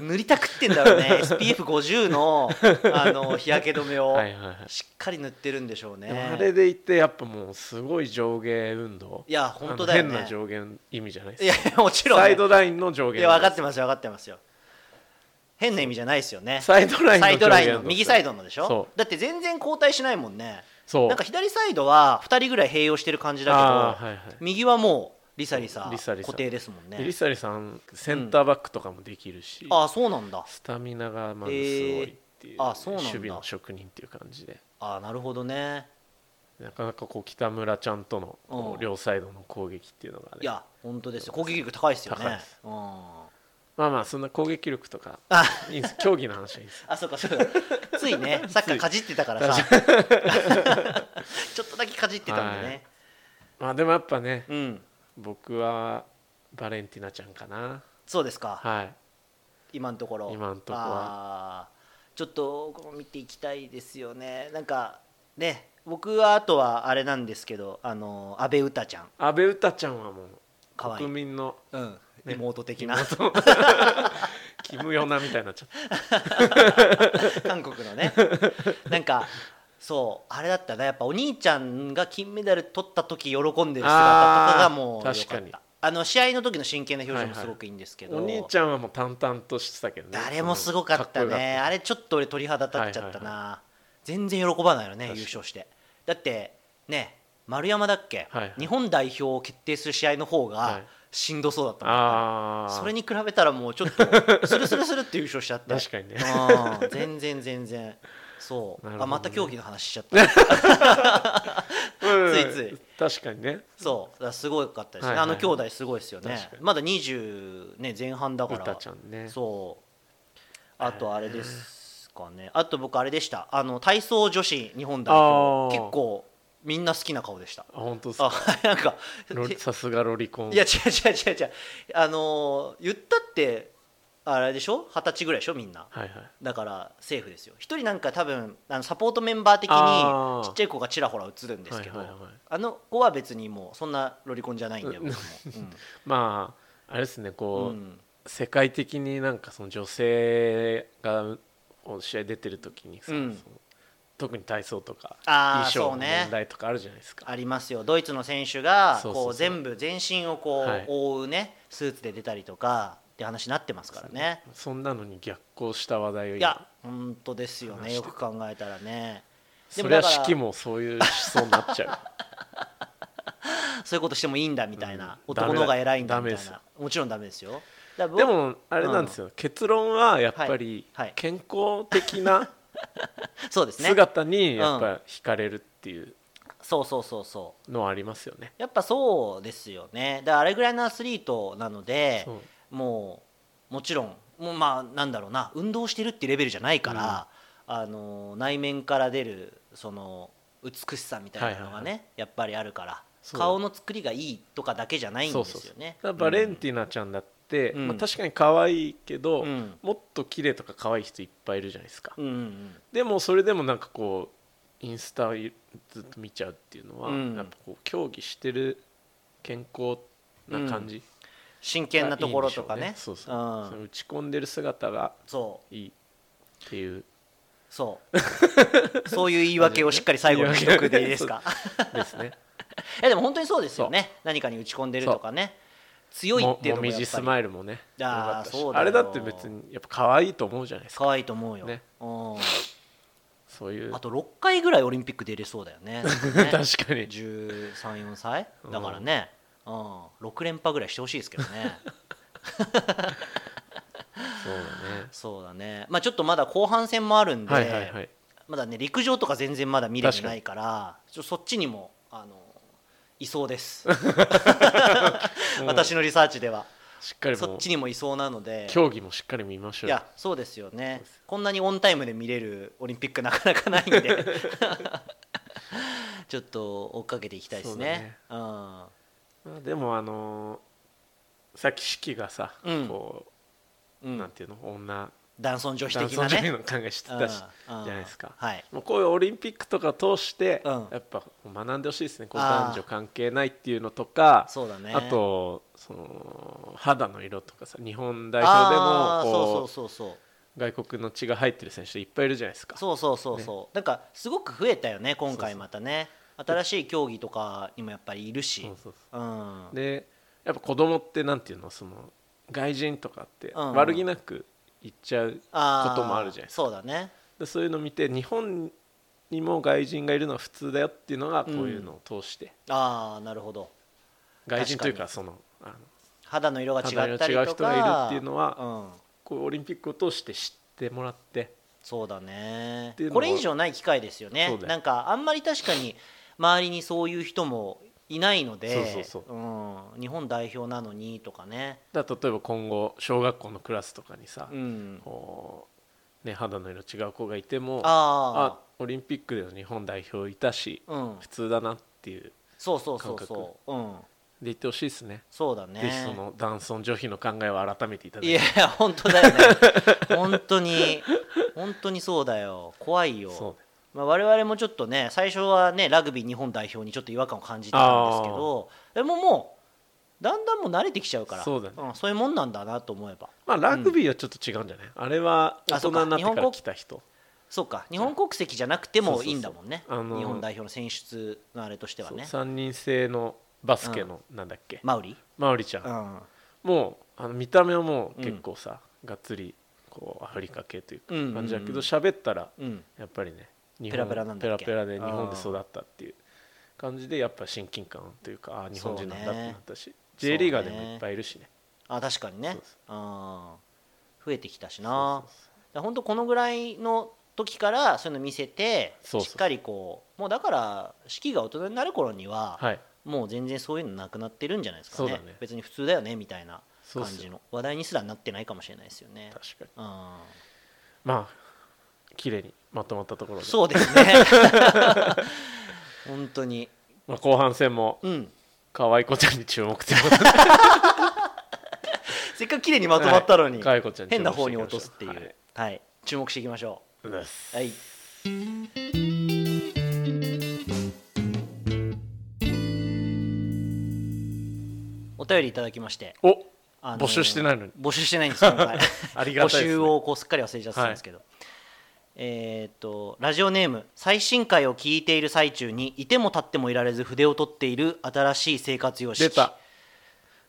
Speaker 2: 塗りたくってんだろうね SPF50 のあの日焼け止めを
Speaker 1: はいはいはい
Speaker 2: しっかり塗ってるんでしょうね、
Speaker 1: でもあれでいってやっぱもうすごい上下運動
Speaker 2: いや本当だよね
Speaker 1: あの変な上下意味じゃないです
Speaker 2: いやもちろんね、
Speaker 1: サイドラインの上下
Speaker 2: いや分かってますよ分かってますよ変な意味じゃないですよね
Speaker 1: サイドラインの
Speaker 2: サイドライン
Speaker 1: 上
Speaker 2: の
Speaker 1: 下
Speaker 2: 右サイドのでしょ
Speaker 1: そう
Speaker 2: だって全然交代しないもんね
Speaker 1: そう
Speaker 2: なんか左サイドは2人ぐらい併用してる感じだけど、
Speaker 1: あーはいはい
Speaker 2: 右はもうリサリサ
Speaker 1: リサリサ
Speaker 2: 固定ですもんね
Speaker 1: リサリさんセンターバックとかもできるし、
Speaker 2: ああそうなんだ
Speaker 1: スタミナがまずすごいっていう,、
Speaker 2: えーあそうなんだ
Speaker 1: 守備の職人っていう感じで
Speaker 2: ああなるほどね
Speaker 1: なかなかこう北村ちゃんとのこ
Speaker 2: うん
Speaker 1: う両サイドの攻撃っていうのがね、
Speaker 2: いや本当ですよ攻撃力高いですよね
Speaker 1: 高いです
Speaker 2: うん
Speaker 1: まあまあそんな攻撃力とか
Speaker 2: あ
Speaker 1: いいんです 競技の話はいいんです
Speaker 2: あそうかそうかついねサッカーかじってたからさ ちょっとだけかじってたんでね、
Speaker 1: まあでもやっぱね
Speaker 2: うん
Speaker 1: 僕はバレンティナちゃんかな
Speaker 2: そうですか、
Speaker 1: はい
Speaker 2: 今のところ
Speaker 1: 今のところは
Speaker 2: あーちょっとこう見ていきたいですよねなんかね僕はあとはあれなんですけどあの安倍詩ちゃん
Speaker 1: 安倍詩ちゃんはも
Speaker 2: か
Speaker 1: う
Speaker 2: わいい、
Speaker 1: 国民の
Speaker 2: うん
Speaker 1: ね
Speaker 2: 妹的な
Speaker 1: キムヨナみたいになっちゃっ
Speaker 2: 韓国のねなんかそうあれだったなやっぱお兄ちゃんが金メダル取った時喜んでる姿とかがもう
Speaker 1: あ
Speaker 2: 良
Speaker 1: ー
Speaker 2: かっ
Speaker 1: 確か
Speaker 2: たあの試合の時の真剣な表情もすごくいいんですけ
Speaker 1: た
Speaker 2: ど、
Speaker 1: お兄ちゃんはもう淡々としてたけどね
Speaker 2: 誰もすごかった
Speaker 1: そのかっこ
Speaker 2: ね
Speaker 1: よかっ
Speaker 2: あれちょっと俺鳥肌立っちゃったな、
Speaker 1: はいは
Speaker 2: 全然喜ばないよね
Speaker 1: 確かに
Speaker 2: 優勝してだってね丸山だっけ、
Speaker 1: はいはい
Speaker 2: 日本代表を決定する試合の方
Speaker 1: は
Speaker 2: が
Speaker 1: い
Speaker 2: しんどそうだった
Speaker 1: た
Speaker 2: もん
Speaker 1: ああ
Speaker 2: それに比べたらもうちょっとスルスルスルって優勝しちゃって
Speaker 1: 確かにね
Speaker 2: うん全然全然そう、
Speaker 1: なるほどね
Speaker 2: あまた競技の話しちゃった
Speaker 1: うん
Speaker 2: つい
Speaker 1: 確かにね
Speaker 2: そうだからすごかったですね、
Speaker 1: はいはい
Speaker 2: あの兄弟すごいですよね
Speaker 1: 確かに
Speaker 2: まだ20、ね、前半だから
Speaker 1: 歌ちゃんね
Speaker 2: そうあとあれですかねあと僕あれでしたあの体操女子日本代表
Speaker 1: あー
Speaker 2: 結構みんな好きな顔でした
Speaker 1: あ本当です
Speaker 2: あ
Speaker 1: か
Speaker 2: なんか
Speaker 1: ロリさすがロリコン
Speaker 2: いや違う違う違う違うあのー言ったってあれでしょ二十歳ぐらいでしょみんな
Speaker 1: はいはい
Speaker 2: だからセーフですよ一人なんか多分あのサポートメンバー的
Speaker 1: あ
Speaker 2: に
Speaker 1: ー
Speaker 2: ちっちゃい子がちらほら映るんですけど、
Speaker 1: はいはいはい
Speaker 2: あの子は別にもうそんなロリコンじゃないんで僕も、
Speaker 1: まああれですね
Speaker 2: うん
Speaker 1: こう、
Speaker 2: うん
Speaker 1: 世界的になんかその女性がこう試合出てる時にさ、
Speaker 2: うん
Speaker 1: その特に体操とか
Speaker 2: あ
Speaker 1: 衣
Speaker 2: ー
Speaker 1: 装
Speaker 2: そう
Speaker 1: の
Speaker 2: ね
Speaker 1: 問題とかあるじゃないですか、
Speaker 2: ありますよドイツの選手
Speaker 1: そ
Speaker 2: が
Speaker 1: うそうそう
Speaker 2: こう全部全身をこ
Speaker 1: はいう
Speaker 2: 覆うねスーツで出たりとかって話になってますからね
Speaker 1: そんなのに逆行した話題を
Speaker 2: い
Speaker 1: 今
Speaker 2: や本当ですよねよく考えたらねで
Speaker 1: そ
Speaker 2: も
Speaker 1: り
Speaker 2: だ
Speaker 1: ゃ
Speaker 2: から
Speaker 1: 式もそういう思想になっちゃ
Speaker 2: そういうことしてもいいんだみたいな、
Speaker 1: うん
Speaker 2: 男の方が偉いんだ
Speaker 1: ダメ
Speaker 2: み
Speaker 1: だ
Speaker 2: たいなもちろんダメですよだか
Speaker 1: う
Speaker 2: ら
Speaker 1: でもあれなんですよ、結論はやっぱり
Speaker 2: はいはい
Speaker 1: 健康的な
Speaker 2: そうですね
Speaker 1: 姿にやっぱ惹かれるっていう
Speaker 2: そうそうそうそう
Speaker 1: のはありますよね、
Speaker 2: やっぱそうですよねだからあれぐらいのアスリートなので
Speaker 1: そう
Speaker 2: もうもちろんもうまあなんだろうな運動してるっていうレベルじゃないから、あの内面から出るその美しさみたいなのが
Speaker 1: はい
Speaker 2: ね、
Speaker 1: はい
Speaker 2: やっぱりあるから
Speaker 1: そう
Speaker 2: 顔の作りがいいとかだけじゃないん
Speaker 1: そ
Speaker 2: で
Speaker 1: うそう
Speaker 2: すよね
Speaker 1: だからバレンティーナちゃんだって、
Speaker 2: うん
Speaker 1: まあ、確かに可愛いけど、
Speaker 2: うん
Speaker 1: もっと綺麗とか可愛い人いっぱいいるじゃないですか、
Speaker 2: うんうん
Speaker 1: でもそれでもなんかこうインスタをずっと見ちゃうっていうのは、
Speaker 2: うん
Speaker 1: やっぱこう競技してる健康な感じ、
Speaker 2: 真剣なところとかね
Speaker 1: いいんでしょうねそうそう、
Speaker 2: うん
Speaker 1: その打ち込んでる姿が
Speaker 2: そう
Speaker 1: いいっていう
Speaker 2: そうそういう言い訳をしっかり最後にしとくでいいですか
Speaker 1: です ね
Speaker 2: いやでも本当にそうですよね何かに打ち込んでるとかね強い
Speaker 1: も
Speaker 2: っていう
Speaker 1: も
Speaker 2: のも
Speaker 1: み
Speaker 2: やっ
Speaker 1: じス
Speaker 2: ぱり
Speaker 1: マイルもね
Speaker 2: あー
Speaker 1: よかったし
Speaker 2: そうだよ
Speaker 1: あれだって別にやっぱ可愛いと思うじゃないですか
Speaker 2: 可愛いと思うよ、
Speaker 1: ね
Speaker 2: う、
Speaker 1: そういうん
Speaker 2: あと6回ぐらいオリンピック出れそうだよね
Speaker 1: 確
Speaker 2: ね
Speaker 1: かに
Speaker 2: 134歳だからね、うん6連覇ぐらいしてほしいですけどね
Speaker 1: そうだね
Speaker 2: そうだねまあちょっとまだ後半戦もあるんで、
Speaker 1: はいはいはい
Speaker 2: まだね陸上とか全然まだ見れてないからちょっとそっちにもあのいそうです 私のリサーチでは
Speaker 1: しっかり
Speaker 2: そ
Speaker 1: も
Speaker 2: っ
Speaker 1: う
Speaker 2: ちにもいそうなので
Speaker 1: 競技もしっかり見ましょ
Speaker 2: いうやそうですよね
Speaker 1: そうです
Speaker 2: こんなにオンタイムで見れるオリンピックなかなかないん でちょっと追っかけていきたいですねう
Speaker 1: まあでもあのーさっき式がさ、
Speaker 2: うん
Speaker 1: こ
Speaker 2: ん、
Speaker 1: う
Speaker 2: う
Speaker 1: なん
Speaker 2: ん、
Speaker 1: ていうの女
Speaker 2: 男尊女
Speaker 1: 男
Speaker 2: 子的
Speaker 1: 尊
Speaker 2: な
Speaker 1: 女卑
Speaker 2: ね
Speaker 1: の考えして
Speaker 2: うん
Speaker 1: たし、
Speaker 2: うん
Speaker 1: じゃないですか
Speaker 2: はい
Speaker 1: もうこういうオリンピックとか通して、
Speaker 2: うん
Speaker 1: やっぱ学んでほしいですねこう
Speaker 2: あー
Speaker 1: 男女関係ないっていうのとか
Speaker 2: そうだね
Speaker 1: あとその肌の色とかさ日本代表で
Speaker 2: あ
Speaker 1: も
Speaker 2: あ
Speaker 1: こう
Speaker 2: そうそうそうそう
Speaker 1: 外国の血が入ってる選手いっぱいいるじゃないですか
Speaker 2: そうそうそうそう、なんかすごく増えたよね今
Speaker 1: そうそ
Speaker 2: 回
Speaker 1: う
Speaker 2: またね新しい競技とかにもやっぱりいるし
Speaker 1: そうそう
Speaker 2: うん
Speaker 1: でやっぱ子供ってなんていうのその外人とかって
Speaker 2: うんうん
Speaker 1: 悪気なく言っちゃう
Speaker 2: あー
Speaker 1: こともあるじゃないですか
Speaker 2: そうだね
Speaker 1: でそういうのを見て日本にも外人がいるのは普通だよっていうのがこういうのを通して、
Speaker 2: ああなるほど
Speaker 1: 外人という
Speaker 2: 確か
Speaker 1: か
Speaker 2: に
Speaker 1: そのあの
Speaker 2: 肌の色が違ったりとか
Speaker 1: 肌の色違う人がいるっていうのは
Speaker 2: うん、
Speaker 1: こうオリンピックを通して知ってもらって
Speaker 2: そうだね
Speaker 1: ていうのは
Speaker 2: これ以上ない機会ですよ
Speaker 1: そ
Speaker 2: ね
Speaker 1: うだよ
Speaker 2: なんかあんまり確かに周りにそういう人もいないので
Speaker 1: そうそうそ
Speaker 2: うん、日本代表なのにとかね、
Speaker 1: だから例えば今後小学校のクラスとかにさ、
Speaker 2: うん、
Speaker 1: こうね、肌の色違う子がいてもあ
Speaker 2: あ
Speaker 1: オリンピックでの日本代表いたし、
Speaker 2: あうん
Speaker 1: 普通だなっていうで
Speaker 2: そうそうそう
Speaker 1: 感
Speaker 2: そう、うん、
Speaker 1: 言ってほしいですね。
Speaker 2: そうだ
Speaker 1: ぜひそ
Speaker 2: ね
Speaker 1: の男尊女卑の考えを改めていただい
Speaker 2: い
Speaker 1: て
Speaker 2: や本当だよね本当に本当にそうだよ怖いよ
Speaker 1: そう
Speaker 2: まあ、我々もちょっとね最初はねラグビー日本代表にちょっと違和感を感じたんですけどでももうだんだんもう慣れてきちゃうから
Speaker 1: そうだね
Speaker 2: ん、そういうもんなんだなと思えば
Speaker 1: まあラグビーはちょっと違うんじゃない、あれは大
Speaker 2: あそう
Speaker 1: 人
Speaker 2: か
Speaker 1: になってから来た人
Speaker 2: そうか日本国籍じゃなくて
Speaker 1: そう
Speaker 2: も
Speaker 1: そうそう
Speaker 2: いいんだもんね
Speaker 1: あのー
Speaker 2: 日本代表の選出のあれとしてはね
Speaker 1: 3人制のバスケのなんだっけ、
Speaker 2: マウリ、
Speaker 1: マウリちゃん、
Speaker 2: うん
Speaker 1: もうあの見た目はもう結構さ、がっつりこうアフリカ系というか
Speaker 2: うんうんうん
Speaker 1: 感じだけど喋ったら
Speaker 2: うん、
Speaker 1: やっぱりね日
Speaker 2: ペラペラなんだ
Speaker 1: ペ
Speaker 2: っ
Speaker 1: ラ
Speaker 2: け
Speaker 1: ペラで日本で育ったっていう感じでやっぱ親近感というかあー日本人なんだってなったし、J リーガーでもいっぱいいるしね
Speaker 2: あ確かにね
Speaker 1: そうそ
Speaker 2: うん増えてきたし
Speaker 1: そう
Speaker 2: な
Speaker 1: そうそう
Speaker 2: 本当このぐらいの時からそういうの見せて
Speaker 1: そうそう
Speaker 2: しっかりこうもうだから式が大人になる頃には、
Speaker 1: はい
Speaker 2: もう全然そういうのなくなってるんじゃないですか
Speaker 1: そう
Speaker 2: ね
Speaker 1: だね
Speaker 2: 別に普通だよねみたいな
Speaker 1: そう
Speaker 2: 感
Speaker 1: っすよ
Speaker 2: じの話題にすらなってないかもしれないですよね
Speaker 1: 確かに
Speaker 2: うん
Speaker 1: まあ綺麗にまとまったところで、
Speaker 2: そうですね 本当に
Speaker 1: まあ、後半戦も
Speaker 2: うん
Speaker 1: 可愛い子ちゃんに注目ということで
Speaker 2: せっかく綺麗にまとまったのに、
Speaker 1: 可愛い子ちゃんに注
Speaker 2: 変
Speaker 1: 目
Speaker 2: な
Speaker 1: して
Speaker 2: 方
Speaker 1: い
Speaker 2: に
Speaker 1: きましょ
Speaker 2: 落とすっていう
Speaker 1: はい
Speaker 2: はい、注目していきましょ
Speaker 1: うです
Speaker 2: うはい お便りいただきまして
Speaker 1: お
Speaker 2: あ
Speaker 1: 募集してないのに
Speaker 2: 募集してないんです今回
Speaker 1: ありがたいですね
Speaker 2: 募集をこうすっかり忘れちゃってたんですけど、えーっとラジオネーム最新回を聞いている最中にいても立ってもいられず筆を取っている新しい生活様式
Speaker 1: 出た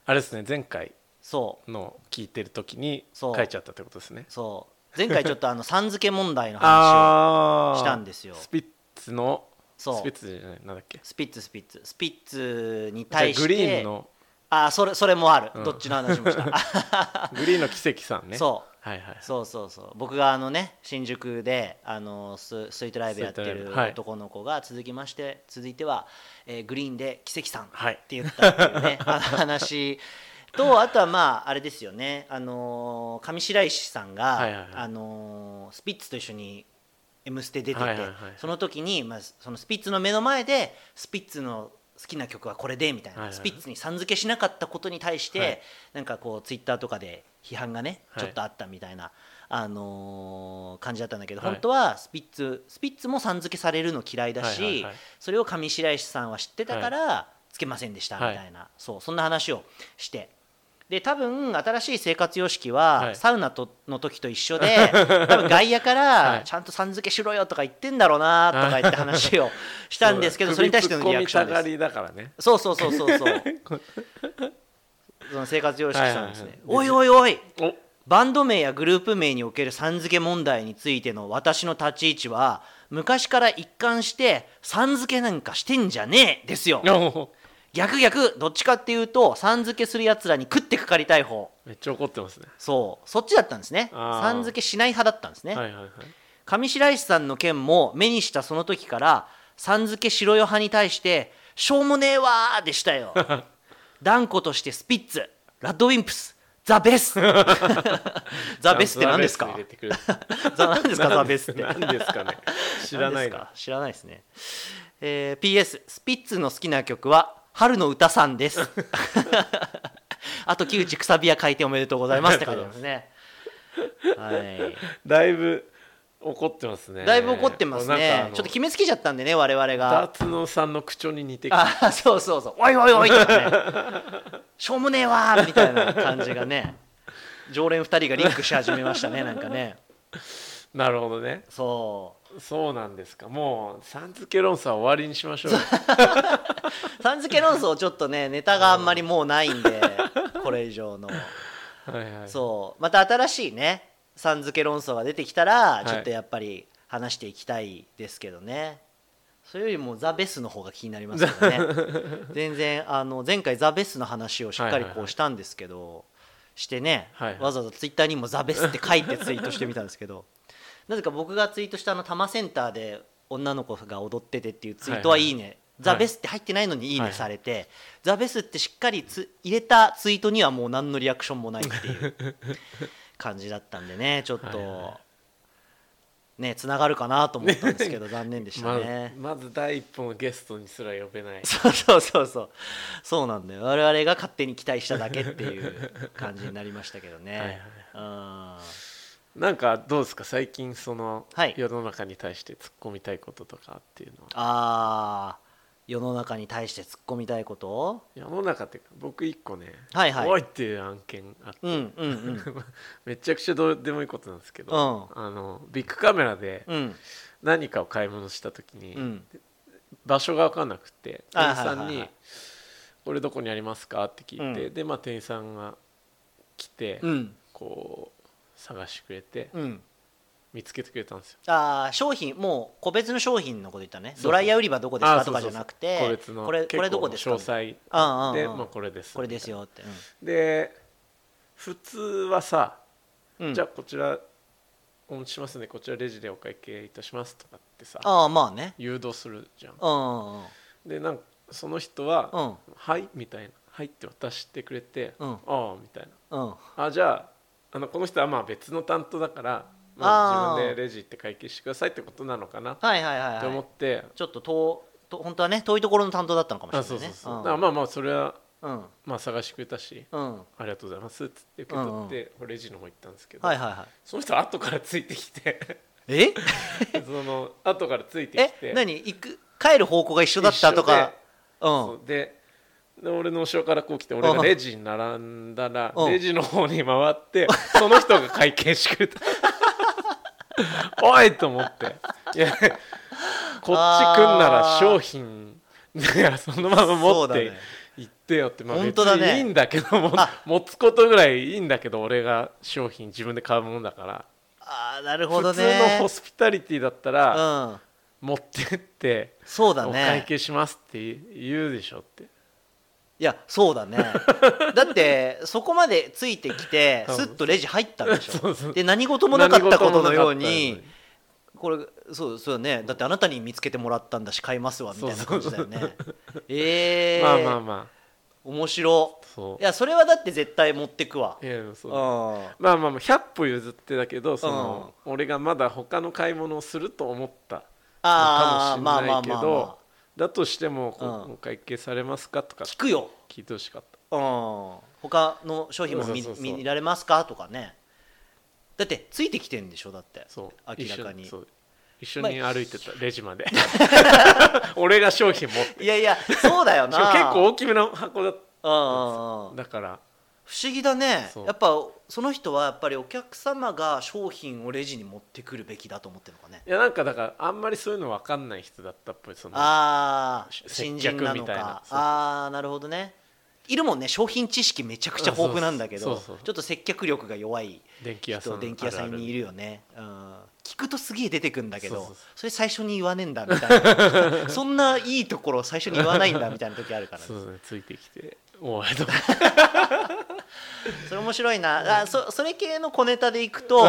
Speaker 1: あれですね前回
Speaker 2: そう
Speaker 1: の聞いてる時に
Speaker 2: そ
Speaker 1: 書
Speaker 2: う
Speaker 1: いちゃったってことですね
Speaker 2: そう前回ちょっと あのさん付け問題の話を
Speaker 1: ああ
Speaker 2: したんですよ
Speaker 1: スピッツの
Speaker 2: そう
Speaker 1: スピッツじゃないなんだっけ
Speaker 2: スピッツスピッツスピッツに対して
Speaker 1: グリーン の
Speaker 2: あそれそれもある、
Speaker 1: うん
Speaker 2: どっちの話もした
Speaker 1: グリーンの奇跡さんね
Speaker 2: そう
Speaker 1: はいはい
Speaker 2: そうそうそう僕があのね新宿であのススイートライブやって
Speaker 1: スイートライ
Speaker 2: る
Speaker 1: ブはい
Speaker 2: 男の子が続きまして、続いては、えーグリーンで奇跡さんっ
Speaker 1: はい
Speaker 2: て言ったって いうね、あの話とあとはまああれですよねあのー上白石さんが、
Speaker 1: はいはいはい
Speaker 2: あのースピッツと一緒に「M ステ」出てて、
Speaker 1: はいはいはい
Speaker 2: その時に、まあ、そのスピッツの目の前でスピッツの好きな曲はこれでみたいな、
Speaker 1: はいはい
Speaker 2: スピッツにさん付けしなかったことに対して、
Speaker 1: はい
Speaker 2: なんかこうツイッターとかで批判がね
Speaker 1: はい
Speaker 2: ちょっとあったみたいな、あのー感じだったんだけど、
Speaker 1: はい
Speaker 2: 本当はスピッツスピッツもさん付けされるの嫌いだし、
Speaker 1: はいはいはい
Speaker 2: それを上白石さんは知ってたからつけませんでしたみ
Speaker 1: は
Speaker 2: た
Speaker 1: い
Speaker 2: いな、そうそんな話をして。で多分新しい生活様式は、
Speaker 1: はい
Speaker 2: サウナとの時と一 緒で多分外野か
Speaker 1: は
Speaker 2: ら
Speaker 1: い
Speaker 2: ちゃんとさん付けしろよとか言ってんだろうなとか言って話をしたんですけど
Speaker 1: うだ
Speaker 2: それに対してのリアクション
Speaker 1: 首突っ込みたが
Speaker 2: です
Speaker 1: りだからね
Speaker 2: そうそうそうそうそう その生活様式さんですね、
Speaker 1: はいはいはい
Speaker 2: おいおいおい
Speaker 1: お
Speaker 2: バンド名やグループ名におけるさん付け問題についての私の立ち位置は昔から一貫してさん付けなんかしてんじゃねえですよ
Speaker 1: お
Speaker 2: 逆逆どっちかっていうとさん付けするやつらに食ってかかりたい方
Speaker 1: めっちゃ怒ってますね
Speaker 2: そうそっちだったんですね
Speaker 1: あー
Speaker 2: さん付けしない派だったんですね、
Speaker 1: はいはいはい
Speaker 2: 上白石さんの件も目にしたその時からさん付け白よ派に対して「しょうもねえわ」でした よ断固としてスピッツラッドウィンプスザ・ベス ザ・ベスって何ですか
Speaker 1: ザベス入れてくれる
Speaker 2: ザ何ですかザ・ベスって
Speaker 1: 何ですかね知らない
Speaker 2: 何です
Speaker 1: が
Speaker 2: か知らないですね、えー PS スピッツの好きな曲は「春の歌さん」です あと木内くさびや開店おめでとうございますって書いてますねはい
Speaker 1: だいぶ怒ってますね
Speaker 2: だいぶ怒ってます
Speaker 1: なんかあ
Speaker 2: ね
Speaker 1: の
Speaker 2: ちょっと決めつけちゃったんでね我々
Speaker 1: ダー
Speaker 2: が
Speaker 1: ツのさんの口調に似てきて
Speaker 2: あーそうそうそう「おいおいおい」とか ね「しょうもねえわ」みたいな感じがね常連2人がリンクし始めましたねなんかね
Speaker 1: なるほどね
Speaker 2: そ
Speaker 1: そうなんですかもうさん付け論争は終わりにしましょうよ
Speaker 2: うさん付け論争ちょっとねネタがあんまりもうないんでこれ以上の
Speaker 1: はいはい
Speaker 2: そうまた新しいねさん付け論争が出てきたら
Speaker 1: い
Speaker 2: ちょっとやっぱり話していきたいですけどね、それよりもザ・ベスの方が気になりま すけどね全然あの前回ザ・ベスの話をしっかり
Speaker 1: はいはい
Speaker 2: こ
Speaker 1: は
Speaker 2: う
Speaker 1: い
Speaker 2: したんですけど、してね、
Speaker 1: はいはい
Speaker 2: わざわざツイッターにも「ザ・ベス」って書いてツイートしてみたんですけどなぜか僕がツイートしたあの多摩センターで女の子が踊っててっていうツイートは
Speaker 1: はいはい
Speaker 2: いいね、ザ・ベスって入ってないのにいいねされて、ザ・ベスってしっかりつ入れたツイートにはもう何のリアクションもないっていう感じだったんでねちょっと、
Speaker 1: はいは
Speaker 2: ねつながるかなと思ったんです けど残念でした
Speaker 1: まず
Speaker 2: ね。
Speaker 1: まず第一歩のゲストにすら呼べない
Speaker 2: そうそうそうそうそうなんだよ我々が勝手に期待しただけっていう感じになりましたけどね。
Speaker 1: はいはい
Speaker 2: うん
Speaker 1: なんかどうですか最近その
Speaker 2: はい
Speaker 1: 世の中に対して突っ込みたいこととかっていうのは
Speaker 2: あー世の中に対して突っ込みたいこと
Speaker 1: 世の中っていうか僕一個ね「
Speaker 2: はいはい
Speaker 1: おい!」っていう案件あって、
Speaker 2: うんうん
Speaker 1: めちゃくちゃどうでもいいことなんですけど、
Speaker 2: う
Speaker 1: あのビッグカメラで
Speaker 2: うんうん
Speaker 1: 何かを買い物した時に、
Speaker 2: うん
Speaker 1: 場所が分かんなくて店員
Speaker 2: あ
Speaker 1: さん
Speaker 2: はいはい
Speaker 1: に
Speaker 2: はい
Speaker 1: 「これどこにありますか?」って聞いて、
Speaker 2: う
Speaker 1: でまあ店員さんが来て、
Speaker 2: うん
Speaker 1: こう探してくれて、
Speaker 2: うん
Speaker 1: 見つけてくれたんですよ。
Speaker 2: あー商品もう個別の商品のこと言ったね
Speaker 1: そう
Speaker 2: ドライヤー売り場どこです
Speaker 1: あ
Speaker 2: か
Speaker 1: ー
Speaker 2: とかじゃなくて
Speaker 1: そうそうそう個別の
Speaker 2: これこれどこです
Speaker 1: 結
Speaker 2: か
Speaker 1: 構詳細
Speaker 2: うんうんうん
Speaker 1: で、まあ、これです
Speaker 2: これですよって、
Speaker 1: で普通はさ、
Speaker 2: うんうん
Speaker 1: じゃあこちらお持ちしますねこちらレジでお会計いたしますとかってさ
Speaker 2: ああまあね
Speaker 1: 誘導するじゃん
Speaker 2: うんうん
Speaker 1: でなんかその人は「
Speaker 2: うん
Speaker 1: はい」みたいな「はい」って渡してくれて「
Speaker 2: うん
Speaker 1: ああ」みたいな
Speaker 2: うんうん
Speaker 1: 「あじゃああのこの人はまあ別の担当だから、まあ、
Speaker 2: あー
Speaker 1: 自分でレジ行って会計してください」ってことなのかなっ
Speaker 2: はいはいはい、
Speaker 1: て思
Speaker 2: は
Speaker 1: って、
Speaker 2: い、ちょっと遠と本当はね遠いところの担当だったのかもし
Speaker 1: あ
Speaker 2: れな
Speaker 1: そう
Speaker 2: い
Speaker 1: そう
Speaker 2: ね
Speaker 1: そう、だからまあまあそれは
Speaker 2: うんうん
Speaker 1: まあ探してくれたし
Speaker 2: うんは
Speaker 1: 「ありがとうございます」っつって受け取って、レジの方行ったんですけ
Speaker 2: い
Speaker 1: ど、
Speaker 2: はいは
Speaker 1: その人後からついてきて
Speaker 2: い え
Speaker 1: その後からついてきて
Speaker 2: え何行く帰る方向が一緒だったとかうん
Speaker 1: そうでで俺の後ろからこう来て俺がレジに並んだら
Speaker 2: うん
Speaker 1: レジの方に回って その人が会計してくれた おいと思っていやこっち来んなら商品いやそのまま持
Speaker 2: そう
Speaker 1: っ
Speaker 2: だ
Speaker 1: て
Speaker 2: ね
Speaker 1: 行ってよって、まあ
Speaker 2: 本
Speaker 1: 別
Speaker 2: 当だね
Speaker 1: にいいんだけども
Speaker 2: あ
Speaker 1: 持つことぐらいいいんだけど俺が商品自分で買うもんだから
Speaker 2: ああなるほ
Speaker 1: 普
Speaker 2: ど
Speaker 1: 通
Speaker 2: ね
Speaker 1: のホスピタリティだったら
Speaker 2: うん
Speaker 1: 持ってって
Speaker 2: そうだ
Speaker 1: お会
Speaker 2: ね
Speaker 1: 計しますって言うでしょって
Speaker 2: いやそ うだねだってそこまでついてきて
Speaker 1: うん
Speaker 2: スッとレジ入ったんでしょ
Speaker 1: そうそう
Speaker 2: で何事もなかったことのように
Speaker 1: 何事もなかっ
Speaker 2: これそうそうだねだってあなたに見つけてもらったんだし買いますわみたいな感じだよねええ
Speaker 1: たのにまあまあま
Speaker 2: 面白
Speaker 1: あそ
Speaker 2: いやそれはだって絶対持ってくわ
Speaker 1: ういやでもそううん
Speaker 2: は
Speaker 1: まあまあまあ100歩譲ってだけどその、俺がまだ他の買い物をすると思った
Speaker 2: あー
Speaker 1: のかもしれないけど、
Speaker 2: まあまあまあまあ
Speaker 1: だとしてもこう、
Speaker 2: うん
Speaker 1: お会計されますかとか
Speaker 2: 聞くよ
Speaker 1: 聞いてほしかった
Speaker 2: うん他の商品も見
Speaker 1: そうそうそうそう
Speaker 2: 見られますかとかねだってついてきてんでしょだって
Speaker 1: そう
Speaker 2: 明らかに
Speaker 1: 一緒そう一緒に歩いてた、レジ まで俺が商品持って
Speaker 2: いやいやそうだよ
Speaker 1: し
Speaker 2: な
Speaker 1: かも結構大きめの箱だっ
Speaker 2: うんうんうん
Speaker 1: だから
Speaker 2: 不思議だね
Speaker 1: そう
Speaker 2: やっぱその人はやっぱりお客様が商品をレジに持ってくるべきだと思ってるのかね
Speaker 1: いやなんかだからあんまりそういうの分かんない人だったっぽいその
Speaker 2: ああ
Speaker 1: し
Speaker 2: 新人な
Speaker 1: 接客
Speaker 2: の
Speaker 1: みたいな
Speaker 2: か
Speaker 1: そうそう
Speaker 2: ああなるほどねいるもんね商品知識めちゃくちゃ豊富なんだけ
Speaker 1: そう
Speaker 2: ど
Speaker 1: そうそうそう
Speaker 2: ちょっと接客力が弱い
Speaker 1: 電気屋さ
Speaker 2: 人
Speaker 1: ん
Speaker 2: 電気屋さんにい
Speaker 1: る
Speaker 2: るよねうん聞くとすげえ出てくんだけ
Speaker 1: そうそう
Speaker 2: ど
Speaker 1: そう
Speaker 2: それ最初に言わねえんだみたいな そんないいところを最初に言わないんだみたいな時あるからね
Speaker 1: そうだねついてきておいとか
Speaker 2: それ面白いなあそそれ系の小ネタでい くと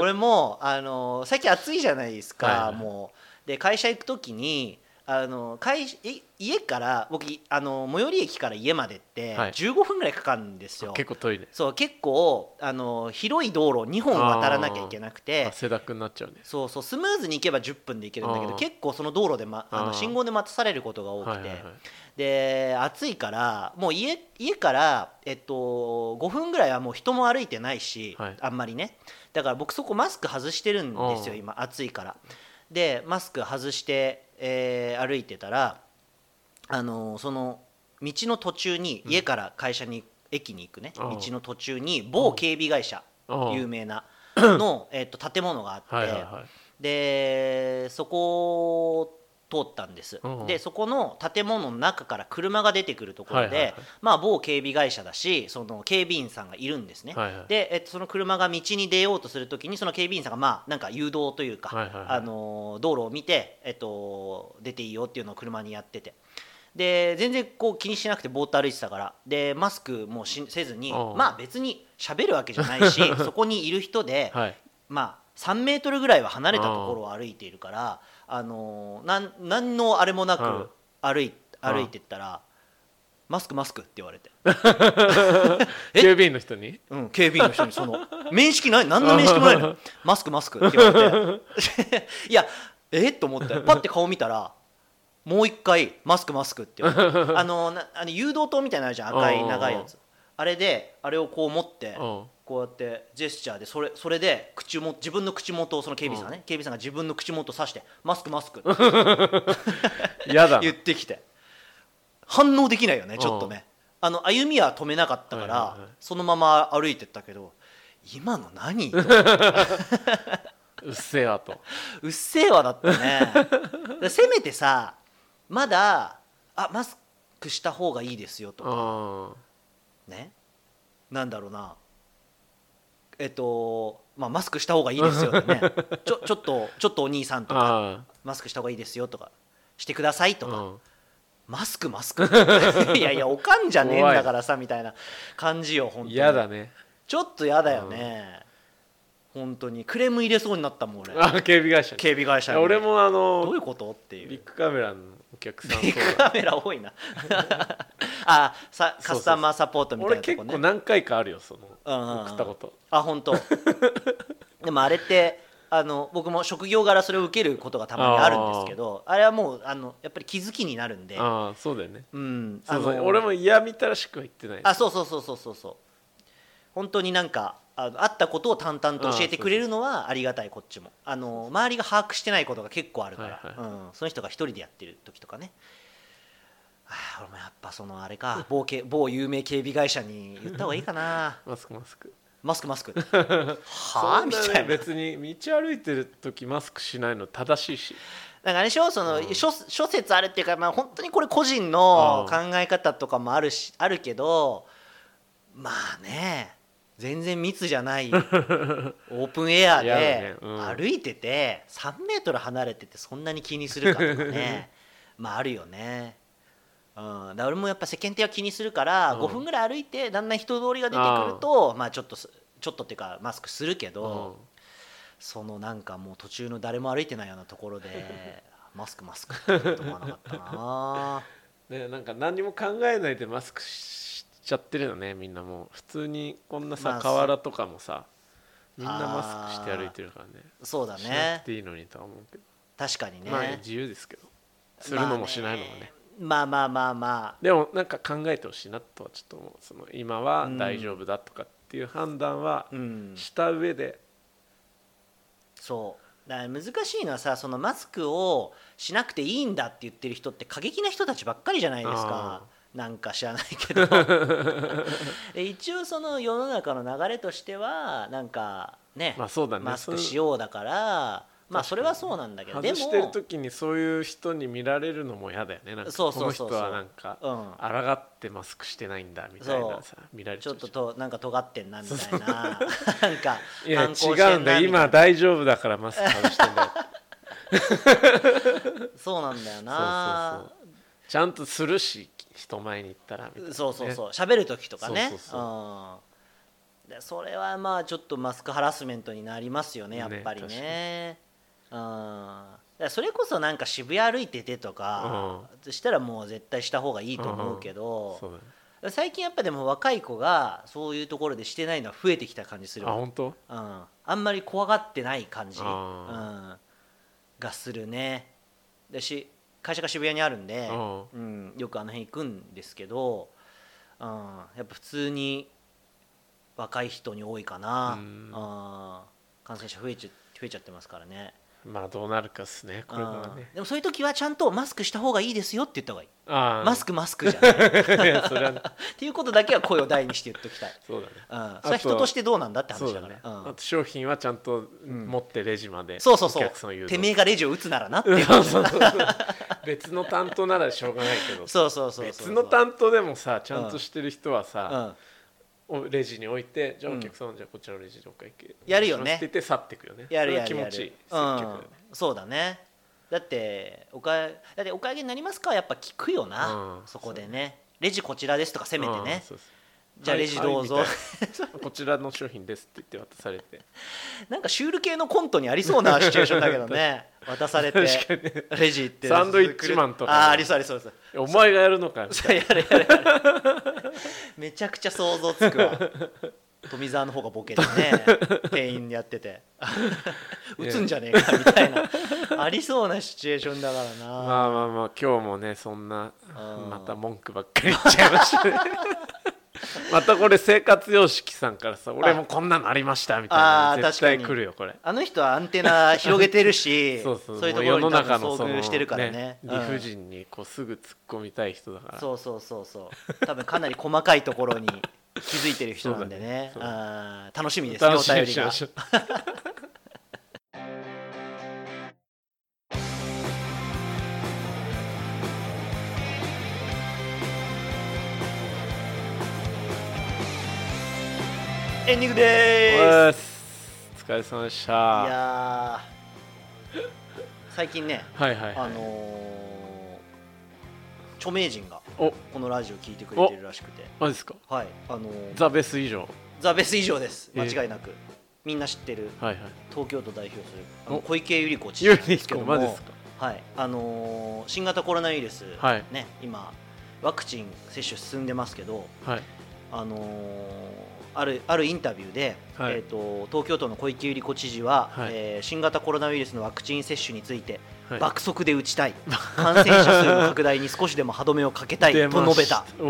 Speaker 2: 俺もあの最近暑いじゃないですか、
Speaker 1: はいはい
Speaker 2: もうで会社行く時にあの会い家から僕いあの最寄り駅から家までって
Speaker 1: はい
Speaker 2: 15分ぐらいかかるんですよ、
Speaker 1: 結構トイレ
Speaker 2: そう結構あの広い道路2本渡らなきゃいけなくて
Speaker 1: 汗だくになっちゃうね
Speaker 2: そうそうスムーズに行けば10分で行けるんだけ
Speaker 1: あ
Speaker 2: ど
Speaker 1: ー
Speaker 2: 結構その道路で、ま、あ
Speaker 1: あー
Speaker 2: の信号で待たされることが多くて、
Speaker 1: はいはいはい
Speaker 2: で暑いからもう家家から、えっと、5分ぐらいはもう人も歩いてないし、
Speaker 1: はい
Speaker 2: あんまりねだから僕そこマスク外してるんですよ
Speaker 1: うん
Speaker 2: 今暑いからでマスク外して、えー歩いてたらあのーその道の途中に家から会社に、駅に行くね
Speaker 1: うん
Speaker 2: 道の途中に某警備会社
Speaker 1: うん
Speaker 2: 有名 なの、えっと、建物があって、
Speaker 1: はいはいはい
Speaker 2: でそこを通ったんです、
Speaker 1: うん
Speaker 2: でそこの建物の中から車が出てくるところで、
Speaker 1: はいはいはい
Speaker 2: まあ、某警備会社だしその警備員さんがいるんですね、
Speaker 1: はいはい
Speaker 2: で、えっと、その車が道に出ようとするときにその警備員さんがまあなんか誘導というか、
Speaker 1: はいはいはい
Speaker 2: あのー道路を見て、えっと、出ていいよっていうのを車にやってて。で全然こう気にしなくてぼーっと歩いてたからでマスクもしせずに
Speaker 1: うん
Speaker 2: まあ別に喋るわけじゃな いしそこにいる人で、
Speaker 1: はい
Speaker 2: まあ、3メートルぐらいは離れたところを歩いているから、あのーなん何のあれも
Speaker 1: う
Speaker 2: な
Speaker 1: ん
Speaker 2: く歩
Speaker 1: う
Speaker 2: い
Speaker 1: ん
Speaker 2: 歩いてったら「マスクマスク」って言われて、え
Speaker 1: 警備員の人に
Speaker 2: うん、警備員の人にその 「面識ない何の面識もない のマスクマスク」って言われて いやえっと思ってパッて顔見たらもう一回「マスクマスク」って言わ れてあのーなあの誘導灯みたいなのあるじゃん赤
Speaker 1: うんうんう
Speaker 2: い
Speaker 1: ん
Speaker 2: 長いやつあれであれをこう持って
Speaker 1: うん
Speaker 2: ここうやってジェスチャーでそれそれで口も自分の口元をその警備士さんね、警備士さんが自分の口元を指して「マスクマスク」って
Speaker 1: 嫌だな
Speaker 2: 言ってきて反応できないよねちょっとね、あの歩みは止めなかったから、
Speaker 1: はいはいはい
Speaker 2: そのまま歩いてったけど今の 何
Speaker 1: うっせえわと
Speaker 2: うっせえわだったねせめてさまだあマスクした方がいいですよとか
Speaker 1: あ
Speaker 2: ねなんだろうなえっとまあマスクした方がいいですよ ねちょちょっとちょっとお兄さん
Speaker 1: あ
Speaker 2: とか
Speaker 1: あ
Speaker 2: マスクした方がいいですよとかしてくださいと
Speaker 1: あ
Speaker 2: か、
Speaker 1: うん
Speaker 2: マスクマスク いやいやおかんじゃねえんだからさみたいな感じよ本当に
Speaker 1: 嫌だね
Speaker 2: ちょっと嫌だよね、本当にクレーム入れそうになったもん俺
Speaker 1: あ警備会社
Speaker 2: 警備会社に
Speaker 1: 俺もあ
Speaker 2: どういう
Speaker 1: の
Speaker 2: ことっていう
Speaker 1: ビッグカメラのお客さん
Speaker 2: ビ
Speaker 1: そ
Speaker 2: ッ
Speaker 1: う
Speaker 2: グ
Speaker 1: だ
Speaker 2: カメラ多いな あさカスタマーサポートみたい
Speaker 1: 俺
Speaker 2: なと
Speaker 1: 結
Speaker 2: こ
Speaker 1: 構
Speaker 2: ね
Speaker 1: 何回かあるよその
Speaker 2: うんうんうん
Speaker 1: 送ったこと
Speaker 2: あ 本当でもあれってあの僕も職業柄それを受けることがたまにあるんですけどあれはもうあのやっぱり気づきになるんで
Speaker 1: ああそうだよね
Speaker 2: うん
Speaker 1: そうそう
Speaker 2: あの
Speaker 1: 俺も嫌みたらしくは言ってない
Speaker 2: あそうそうそうそうそうそう本当になんかあのあったことを淡々と教えてくれるのはありがたいこっちもあの周りが把握してないことが結構あるから、
Speaker 1: はいは
Speaker 2: うん、その人が一人でやってる時とかねああ俺もやっぱそのあれ か某け某有名警備会社に言った方がいいかな
Speaker 1: マスクマスク
Speaker 2: マスク マスクはあ
Speaker 1: そん
Speaker 2: み
Speaker 1: なね
Speaker 2: たいな
Speaker 1: 別に道歩いてる時マスクしないの正しいし
Speaker 2: なんかあれでしょその、諸諸説あるっていうか、まあ、本当にこれ個人の考え方とかもあるしあるけどまあね全然密じゃな いオープンエア
Speaker 1: 嫌だ
Speaker 2: で
Speaker 1: ねうん
Speaker 2: 歩いてて3メートル離れててそんなに気にするかとか ねまああるよね。うん、だから俺もやっぱ世間体は気にするから、
Speaker 1: うん
Speaker 2: 5分ぐらい歩いてだんだん人通りが出てくるとまあちょっとすちょっとっていうかマスクするけ
Speaker 1: う
Speaker 2: ど、
Speaker 1: ん
Speaker 2: そのなんかもう途中の誰も歩いてないようなとこ ろでマスクマスクって言うと思わなかったな
Speaker 1: ねなんか何も考えないでマスクしちゃってるよねみんなもう普通にこんな
Speaker 2: まあ
Speaker 1: さ
Speaker 2: そう
Speaker 1: 河原とかもさみんなマスクして歩いてるからね
Speaker 2: そうだ
Speaker 1: しな
Speaker 2: ね
Speaker 1: くていいのにとは思うけど、
Speaker 2: 確かにね,、
Speaker 1: まあ自由ですけどするのもしないのもね,、
Speaker 2: まあまあまあま
Speaker 1: でもなんか考えてほしいなとはちょっと思うその今は大丈夫だとかっていう判断は
Speaker 2: あうん
Speaker 1: した上で、
Speaker 2: そうだから難しいのはさそのマスクをしなくていいんだって言ってる人って過激な人たちばっかりじゃないです
Speaker 1: あ
Speaker 2: かなんか知らない けどで一応その世の中の流れとしてはなんかね,、
Speaker 1: まあそうだね
Speaker 2: マスクし
Speaker 1: よ
Speaker 2: ようだからまあそれはそうなんだけどで
Speaker 1: 外
Speaker 2: も
Speaker 1: してる時にそういう人に見られるのも嫌だよねなんか
Speaker 2: そう
Speaker 1: こ
Speaker 2: そ
Speaker 1: の
Speaker 2: う
Speaker 1: 人
Speaker 2: そうそう
Speaker 1: はなんか
Speaker 2: うん
Speaker 1: 抗ってマスクしてないんだみたいなさ見られ
Speaker 2: ち
Speaker 1: ちゃ
Speaker 2: ょっ
Speaker 1: う
Speaker 2: と
Speaker 1: し
Speaker 2: となんか尖ってんなみたいななんか
Speaker 1: いや
Speaker 2: 反抗して
Speaker 1: 違うんん
Speaker 2: な
Speaker 1: だよ
Speaker 2: みたいな
Speaker 1: 今大丈夫だからマスク外してん だよ
Speaker 2: そうなんだよな
Speaker 1: そうちゃんとするし人前に行ったらみたいなね
Speaker 2: そうそうそう喋る時とかね
Speaker 1: そうそう
Speaker 2: うんでそれはまあちょっとマスクハラスメントになりますよねやっぱりねうんだからそれこそなんか渋谷歩いててとか、したらもう絶対した方がいいと思うけど、
Speaker 1: そうだね
Speaker 2: 最近やっぱでも若い子がそういうところでしてないのは増えてきた感じする
Speaker 1: あ
Speaker 2: わ
Speaker 1: 本当
Speaker 2: うん、あんまり怖がってない感じ、うん、
Speaker 1: あ
Speaker 2: がするねだし会社が渋谷にあるんで、
Speaker 1: あ
Speaker 2: うん、よくあの辺行くんですけど、うん、やっぱ普通に若い人に多いかな、
Speaker 1: うん
Speaker 2: うん感染者増えちゃ増えちゃってますからね
Speaker 1: まあどうなるかっすねこれからね
Speaker 2: うんでもそういう時はちゃんとマスクした方がいいですよって言った方がいい、
Speaker 1: あ
Speaker 2: マスクマスクじゃないっ
Speaker 1: クい やそれは
Speaker 2: ていうことだけは声を大にして言っときたい、
Speaker 1: そうだねと
Speaker 2: うん、それは
Speaker 1: は
Speaker 2: 人としてどうなんだって
Speaker 1: そ
Speaker 2: 話
Speaker 1: う
Speaker 2: だ
Speaker 1: だ
Speaker 2: から
Speaker 1: ね、
Speaker 2: うん
Speaker 1: あと商品はちゃんと
Speaker 2: ん
Speaker 1: 持ってレジまで
Speaker 2: そうそうそ
Speaker 1: お客さんを誘
Speaker 2: う
Speaker 1: 導
Speaker 2: てめえがレジを打つならなっていう
Speaker 1: そうそうそう別の担当ならしょうがないけど
Speaker 2: そうそうそうそう
Speaker 1: 別の担当でもさちゃんとしてる人は
Speaker 2: う
Speaker 1: さ、
Speaker 2: ん
Speaker 1: おレジに置いてじゃあ
Speaker 2: うん
Speaker 1: お客さん、じゃあこちらのレジでお会計
Speaker 2: やるよね
Speaker 1: お願いしますって言って去っていくよね
Speaker 2: やるやる
Speaker 1: それ
Speaker 2: や
Speaker 1: は
Speaker 2: る
Speaker 1: 気持ちいい接
Speaker 2: う
Speaker 1: 客だよ
Speaker 2: ん
Speaker 1: ね、
Speaker 2: そうだねだっておかえだってお会計になりますかはやっぱ聞くよな、
Speaker 1: うん
Speaker 2: そこでねレジこちらですとかせめて
Speaker 1: うん
Speaker 2: ね、
Speaker 1: そうそ
Speaker 2: じゃあレジどうぞ、
Speaker 1: はいはい みたいなこちらの商品ですって言って渡されて
Speaker 2: なんかシュール系のコントにありそうなシチュエーションだけどね渡され て
Speaker 1: 確かにね
Speaker 2: レジ行って
Speaker 1: サンドイッチマンとか
Speaker 2: あーありそうありそうありそう
Speaker 1: お前がやるのかみたい
Speaker 2: そうやれやれやれめちゃくちゃ想像つ くわ富澤の方がボケてね店員やっ てて打つんじゃねえかみたいなありそうなシチュエーションだからな、
Speaker 1: なまあまあまあ今日もねそんな
Speaker 2: うん
Speaker 1: また文句ばっかり言っちゃいましたねまたこれ生活様式さんからさ俺もこんなのありましたみたいな
Speaker 2: あー
Speaker 1: の絶対
Speaker 2: 確かに
Speaker 1: 来るよこれ
Speaker 2: あの人はアンテナ広げてるし
Speaker 1: そうそう
Speaker 2: いう
Speaker 1: も
Speaker 2: とこ
Speaker 1: う
Speaker 2: ろ
Speaker 1: 世
Speaker 2: に
Speaker 1: の
Speaker 2: 多分
Speaker 1: 中のそ
Speaker 2: 遭
Speaker 1: の、
Speaker 2: 遇してるからね
Speaker 1: 理
Speaker 2: うん
Speaker 1: 不尽にこうすぐ突っ込みたい人だから、
Speaker 2: そうそうそうそう多分かなり細かいところに気づいてる人なんでね
Speaker 1: そうだね
Speaker 2: あー楽しみですよ
Speaker 1: 楽
Speaker 2: お
Speaker 1: しみ
Speaker 2: 便
Speaker 1: に
Speaker 2: り
Speaker 1: し
Speaker 2: が
Speaker 1: ましょう
Speaker 2: エンディングで
Speaker 1: おはようございま
Speaker 2: ーす
Speaker 1: すお疲れ様でした
Speaker 2: いやー最近ね
Speaker 1: はいはい、
Speaker 2: あ
Speaker 1: はい
Speaker 2: のー著名人が
Speaker 1: お
Speaker 2: このラジオ聞いてくれてるらしくて
Speaker 1: マジですか
Speaker 2: はいあのー
Speaker 1: ザ・ベス以上
Speaker 2: ザ・ベス以上です
Speaker 1: え
Speaker 2: 間
Speaker 1: ー
Speaker 2: 違いなく、みんな知ってる
Speaker 1: はいはい
Speaker 2: 東京都代表するあの
Speaker 1: お
Speaker 2: 小池百合子知
Speaker 1: ゆう
Speaker 2: 事なん
Speaker 1: り
Speaker 2: ですけ
Speaker 1: く
Speaker 2: ど
Speaker 1: ん
Speaker 2: も
Speaker 1: マジですか
Speaker 2: はいあのー新型コロナウイルス、
Speaker 1: はい
Speaker 2: ね、今ワクチン接種進んでますけど、
Speaker 1: はい
Speaker 2: あのーあるあるインタビューで、
Speaker 1: はい
Speaker 2: えー、と東京都の小池百合子知事は、
Speaker 1: はい
Speaker 2: えー新型コロナウイルスのワクチン接種について、
Speaker 1: はい
Speaker 2: 爆速で打ちたい感染者数の拡大に少しでも歯止めをかけたい
Speaker 1: 出ま
Speaker 2: と
Speaker 1: し
Speaker 2: 述べた
Speaker 1: お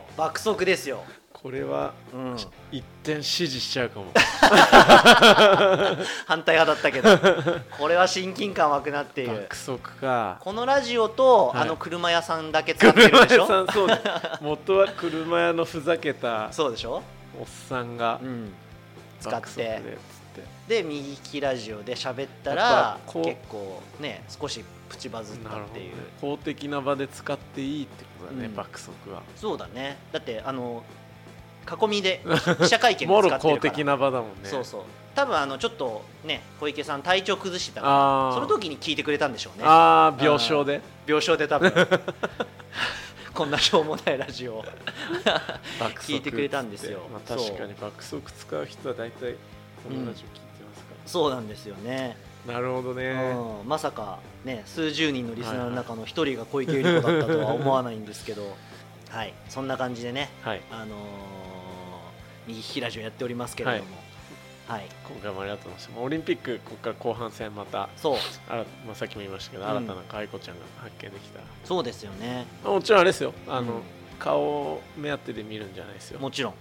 Speaker 1: お
Speaker 2: 爆速ですよ、
Speaker 1: これは
Speaker 2: うん、
Speaker 1: 一点支持しちゃうかも
Speaker 2: 反対派だった けどこれは親近感湧くなっていう
Speaker 1: 爆速か
Speaker 2: このラジオと、
Speaker 1: はい
Speaker 2: あの車屋さんだけ使って
Speaker 1: 車
Speaker 2: るでし
Speaker 1: 屋
Speaker 2: ょ
Speaker 1: さんそうです元は車屋のふざけた
Speaker 2: そうでしょ、
Speaker 1: おっさんが
Speaker 2: うん、使っ
Speaker 1: 爆速で
Speaker 2: て
Speaker 1: っつって
Speaker 2: で右利きラジオで喋った
Speaker 1: や
Speaker 2: ら
Speaker 1: っぱこう
Speaker 2: 結構ね少しプチバズった
Speaker 1: なる
Speaker 2: っ
Speaker 1: ほ
Speaker 2: て
Speaker 1: ど、
Speaker 2: い
Speaker 1: ね
Speaker 2: う、、
Speaker 1: 公的な場で使っていいってことだね、
Speaker 2: うん
Speaker 1: 爆速は
Speaker 2: そうだねだってあの囲みで記者会見で
Speaker 1: もろ
Speaker 2: 使って
Speaker 1: 公
Speaker 2: るから
Speaker 1: 的な場だもんね
Speaker 2: そうそう多分あのちょっとね小池さん体調崩してたか
Speaker 1: あ
Speaker 2: ら
Speaker 1: ー
Speaker 2: その時に聞いてくれたんでしょうね
Speaker 1: あー病床で
Speaker 2: 病床で多 分こんなしょうもないラジオを
Speaker 1: 爆速
Speaker 2: 聞いてくれたんですよ
Speaker 1: っつってまあ、
Speaker 2: そう
Speaker 1: 確かに爆速使う人は大体このラジオ聞いてますから、
Speaker 2: そうなんですよね、
Speaker 1: なるほどね、
Speaker 2: うん、まさかね数十人のリスナーの中の一人が小池百合子だったとは思わないんですけどはいそんな感じでね
Speaker 1: はい
Speaker 2: あのー、右利きラジオやっておりますけれどもはい、
Speaker 1: 今回もありがとうございましたもうオリンピックここから後半戦また
Speaker 2: そう
Speaker 1: あら、まあ、さっきも言いましたけど、
Speaker 2: うん
Speaker 1: 新たな愛子ちゃんが発見できた
Speaker 2: そうですよね
Speaker 1: まあもちろんあれですよあの、
Speaker 2: うん
Speaker 1: 顔を目当てで見るんじゃないですよ
Speaker 2: もちろん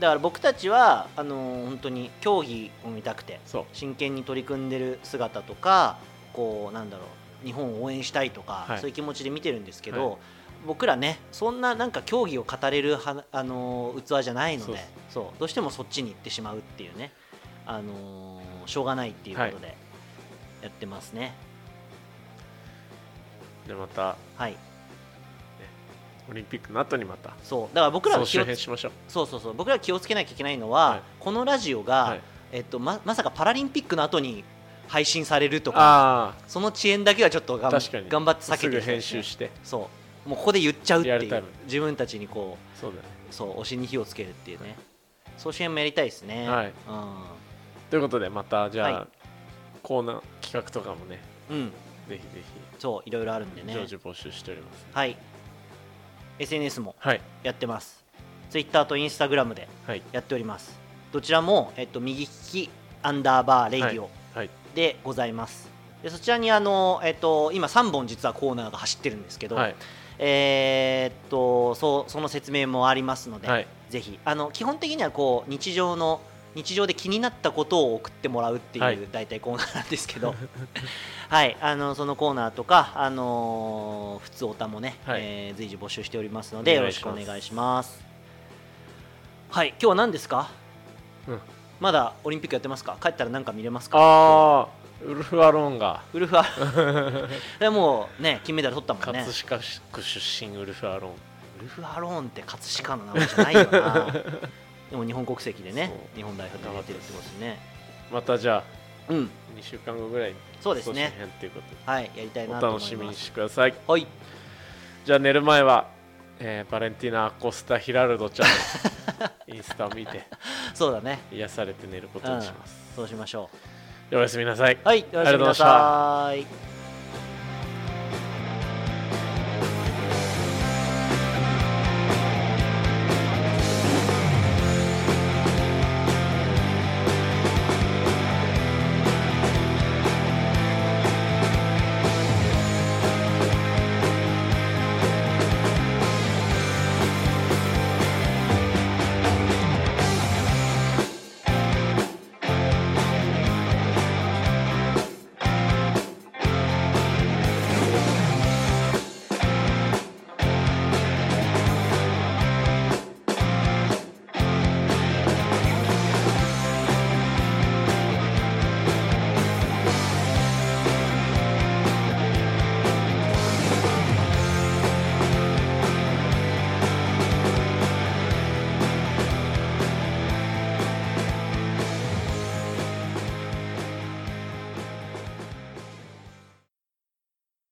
Speaker 2: だから僕たちはあのー本当に競技を見たくて
Speaker 1: そう
Speaker 2: 真剣に取り組んでる姿とかこうなんだろう日本を応援したいとか、
Speaker 1: はい
Speaker 2: そういう気持ちで見てるんですけど、
Speaker 1: は
Speaker 2: 僕らねそんななんか競技を語れるはあのー器じゃないので
Speaker 1: そう
Speaker 2: そうどうしてもそっちに行ってしまうっていうねあのーしょうがないっていうことでやってますね
Speaker 1: でまた
Speaker 2: はい
Speaker 1: オリンピックの後にまた
Speaker 2: そうだから僕ら
Speaker 1: 総
Speaker 2: は気
Speaker 1: 集
Speaker 2: を
Speaker 1: 編
Speaker 2: つ
Speaker 1: しましょう
Speaker 2: そうそうそう僕らが気をつけなきゃいけないのは、
Speaker 1: はい
Speaker 2: このラジオが、
Speaker 1: はい
Speaker 2: えっと、ままさかパラリンピックの後に配信されると
Speaker 1: あ
Speaker 2: かその遅延だけはちょっとがん
Speaker 1: 確かに
Speaker 2: 頑張って
Speaker 1: あ
Speaker 2: 避
Speaker 1: す
Speaker 2: けて
Speaker 1: ぐ
Speaker 2: いきた
Speaker 1: 編
Speaker 2: いですね
Speaker 1: 集して
Speaker 2: そうもうここで言っちゃうってい
Speaker 1: リアルタイ
Speaker 2: う
Speaker 1: ム
Speaker 2: 自分たちにこ
Speaker 1: そうだね
Speaker 2: うそう推しに火をつけるっていうね総集編もやりたいですね、
Speaker 1: はいということでまたじゃあ、
Speaker 2: はい
Speaker 1: コーナー企画とかもね
Speaker 2: うん、うん、
Speaker 1: ぜひぜ
Speaker 2: そういろいろあるんで
Speaker 1: ひ
Speaker 2: ね
Speaker 1: 常時募集しております、
Speaker 2: はい SNS も
Speaker 1: はい
Speaker 2: やってます Twitter と Instagram で
Speaker 1: はい
Speaker 2: やっておりますどちらも、えっと、右利きアンダーバーレイディオ
Speaker 1: はい
Speaker 2: でございます、でそちらにあの、えっと、今3本実はコーナーが走ってるんですけど、
Speaker 1: はい
Speaker 2: えーっとそうその説明もありますので、
Speaker 1: はい
Speaker 2: ぜひあの基本的にはこう日常の日常で気になったことを送ってもらうっていう、
Speaker 1: はい
Speaker 2: 大体コーナーなんですけど はいあのそのコーナーとかあのー普通おたもね、
Speaker 1: はい
Speaker 2: えー随時募集しておりますので
Speaker 1: お
Speaker 2: よ
Speaker 1: 願
Speaker 2: ろ
Speaker 1: い
Speaker 2: し
Speaker 1: し
Speaker 2: くお
Speaker 1: ます
Speaker 2: 願いしますはい今日は何ですか、
Speaker 1: うん
Speaker 2: まだオリンピックやってますか帰ったら何か見れますか
Speaker 1: ああウルフ・アロンが
Speaker 2: ウルフア でもうね金メダル取ったもんね
Speaker 1: 葛飾区出身ウルフ・アロン
Speaker 2: ウルフ・アローンって葛飾の名前じゃないよな でも日本国籍でね
Speaker 1: そう
Speaker 2: 日本代表で出てるってことですね
Speaker 1: またじゃあ
Speaker 2: うん
Speaker 1: 2週間後ぐらいに
Speaker 2: そうですね
Speaker 1: 総集編ということで
Speaker 2: はいやりたいな
Speaker 1: お
Speaker 2: と思
Speaker 1: 楽
Speaker 2: います
Speaker 1: しみにしてください
Speaker 2: はい
Speaker 1: じゃあ寝る前は、えーバレンティーナ・アコスタ・ヒラルドちゃんのインスタを見て
Speaker 2: そうだね
Speaker 1: 癒されて寝るこ
Speaker 2: う
Speaker 1: と
Speaker 2: ん
Speaker 1: にします、
Speaker 2: そうしましょ
Speaker 1: おやすみなさい、
Speaker 2: うはいおやすみなさい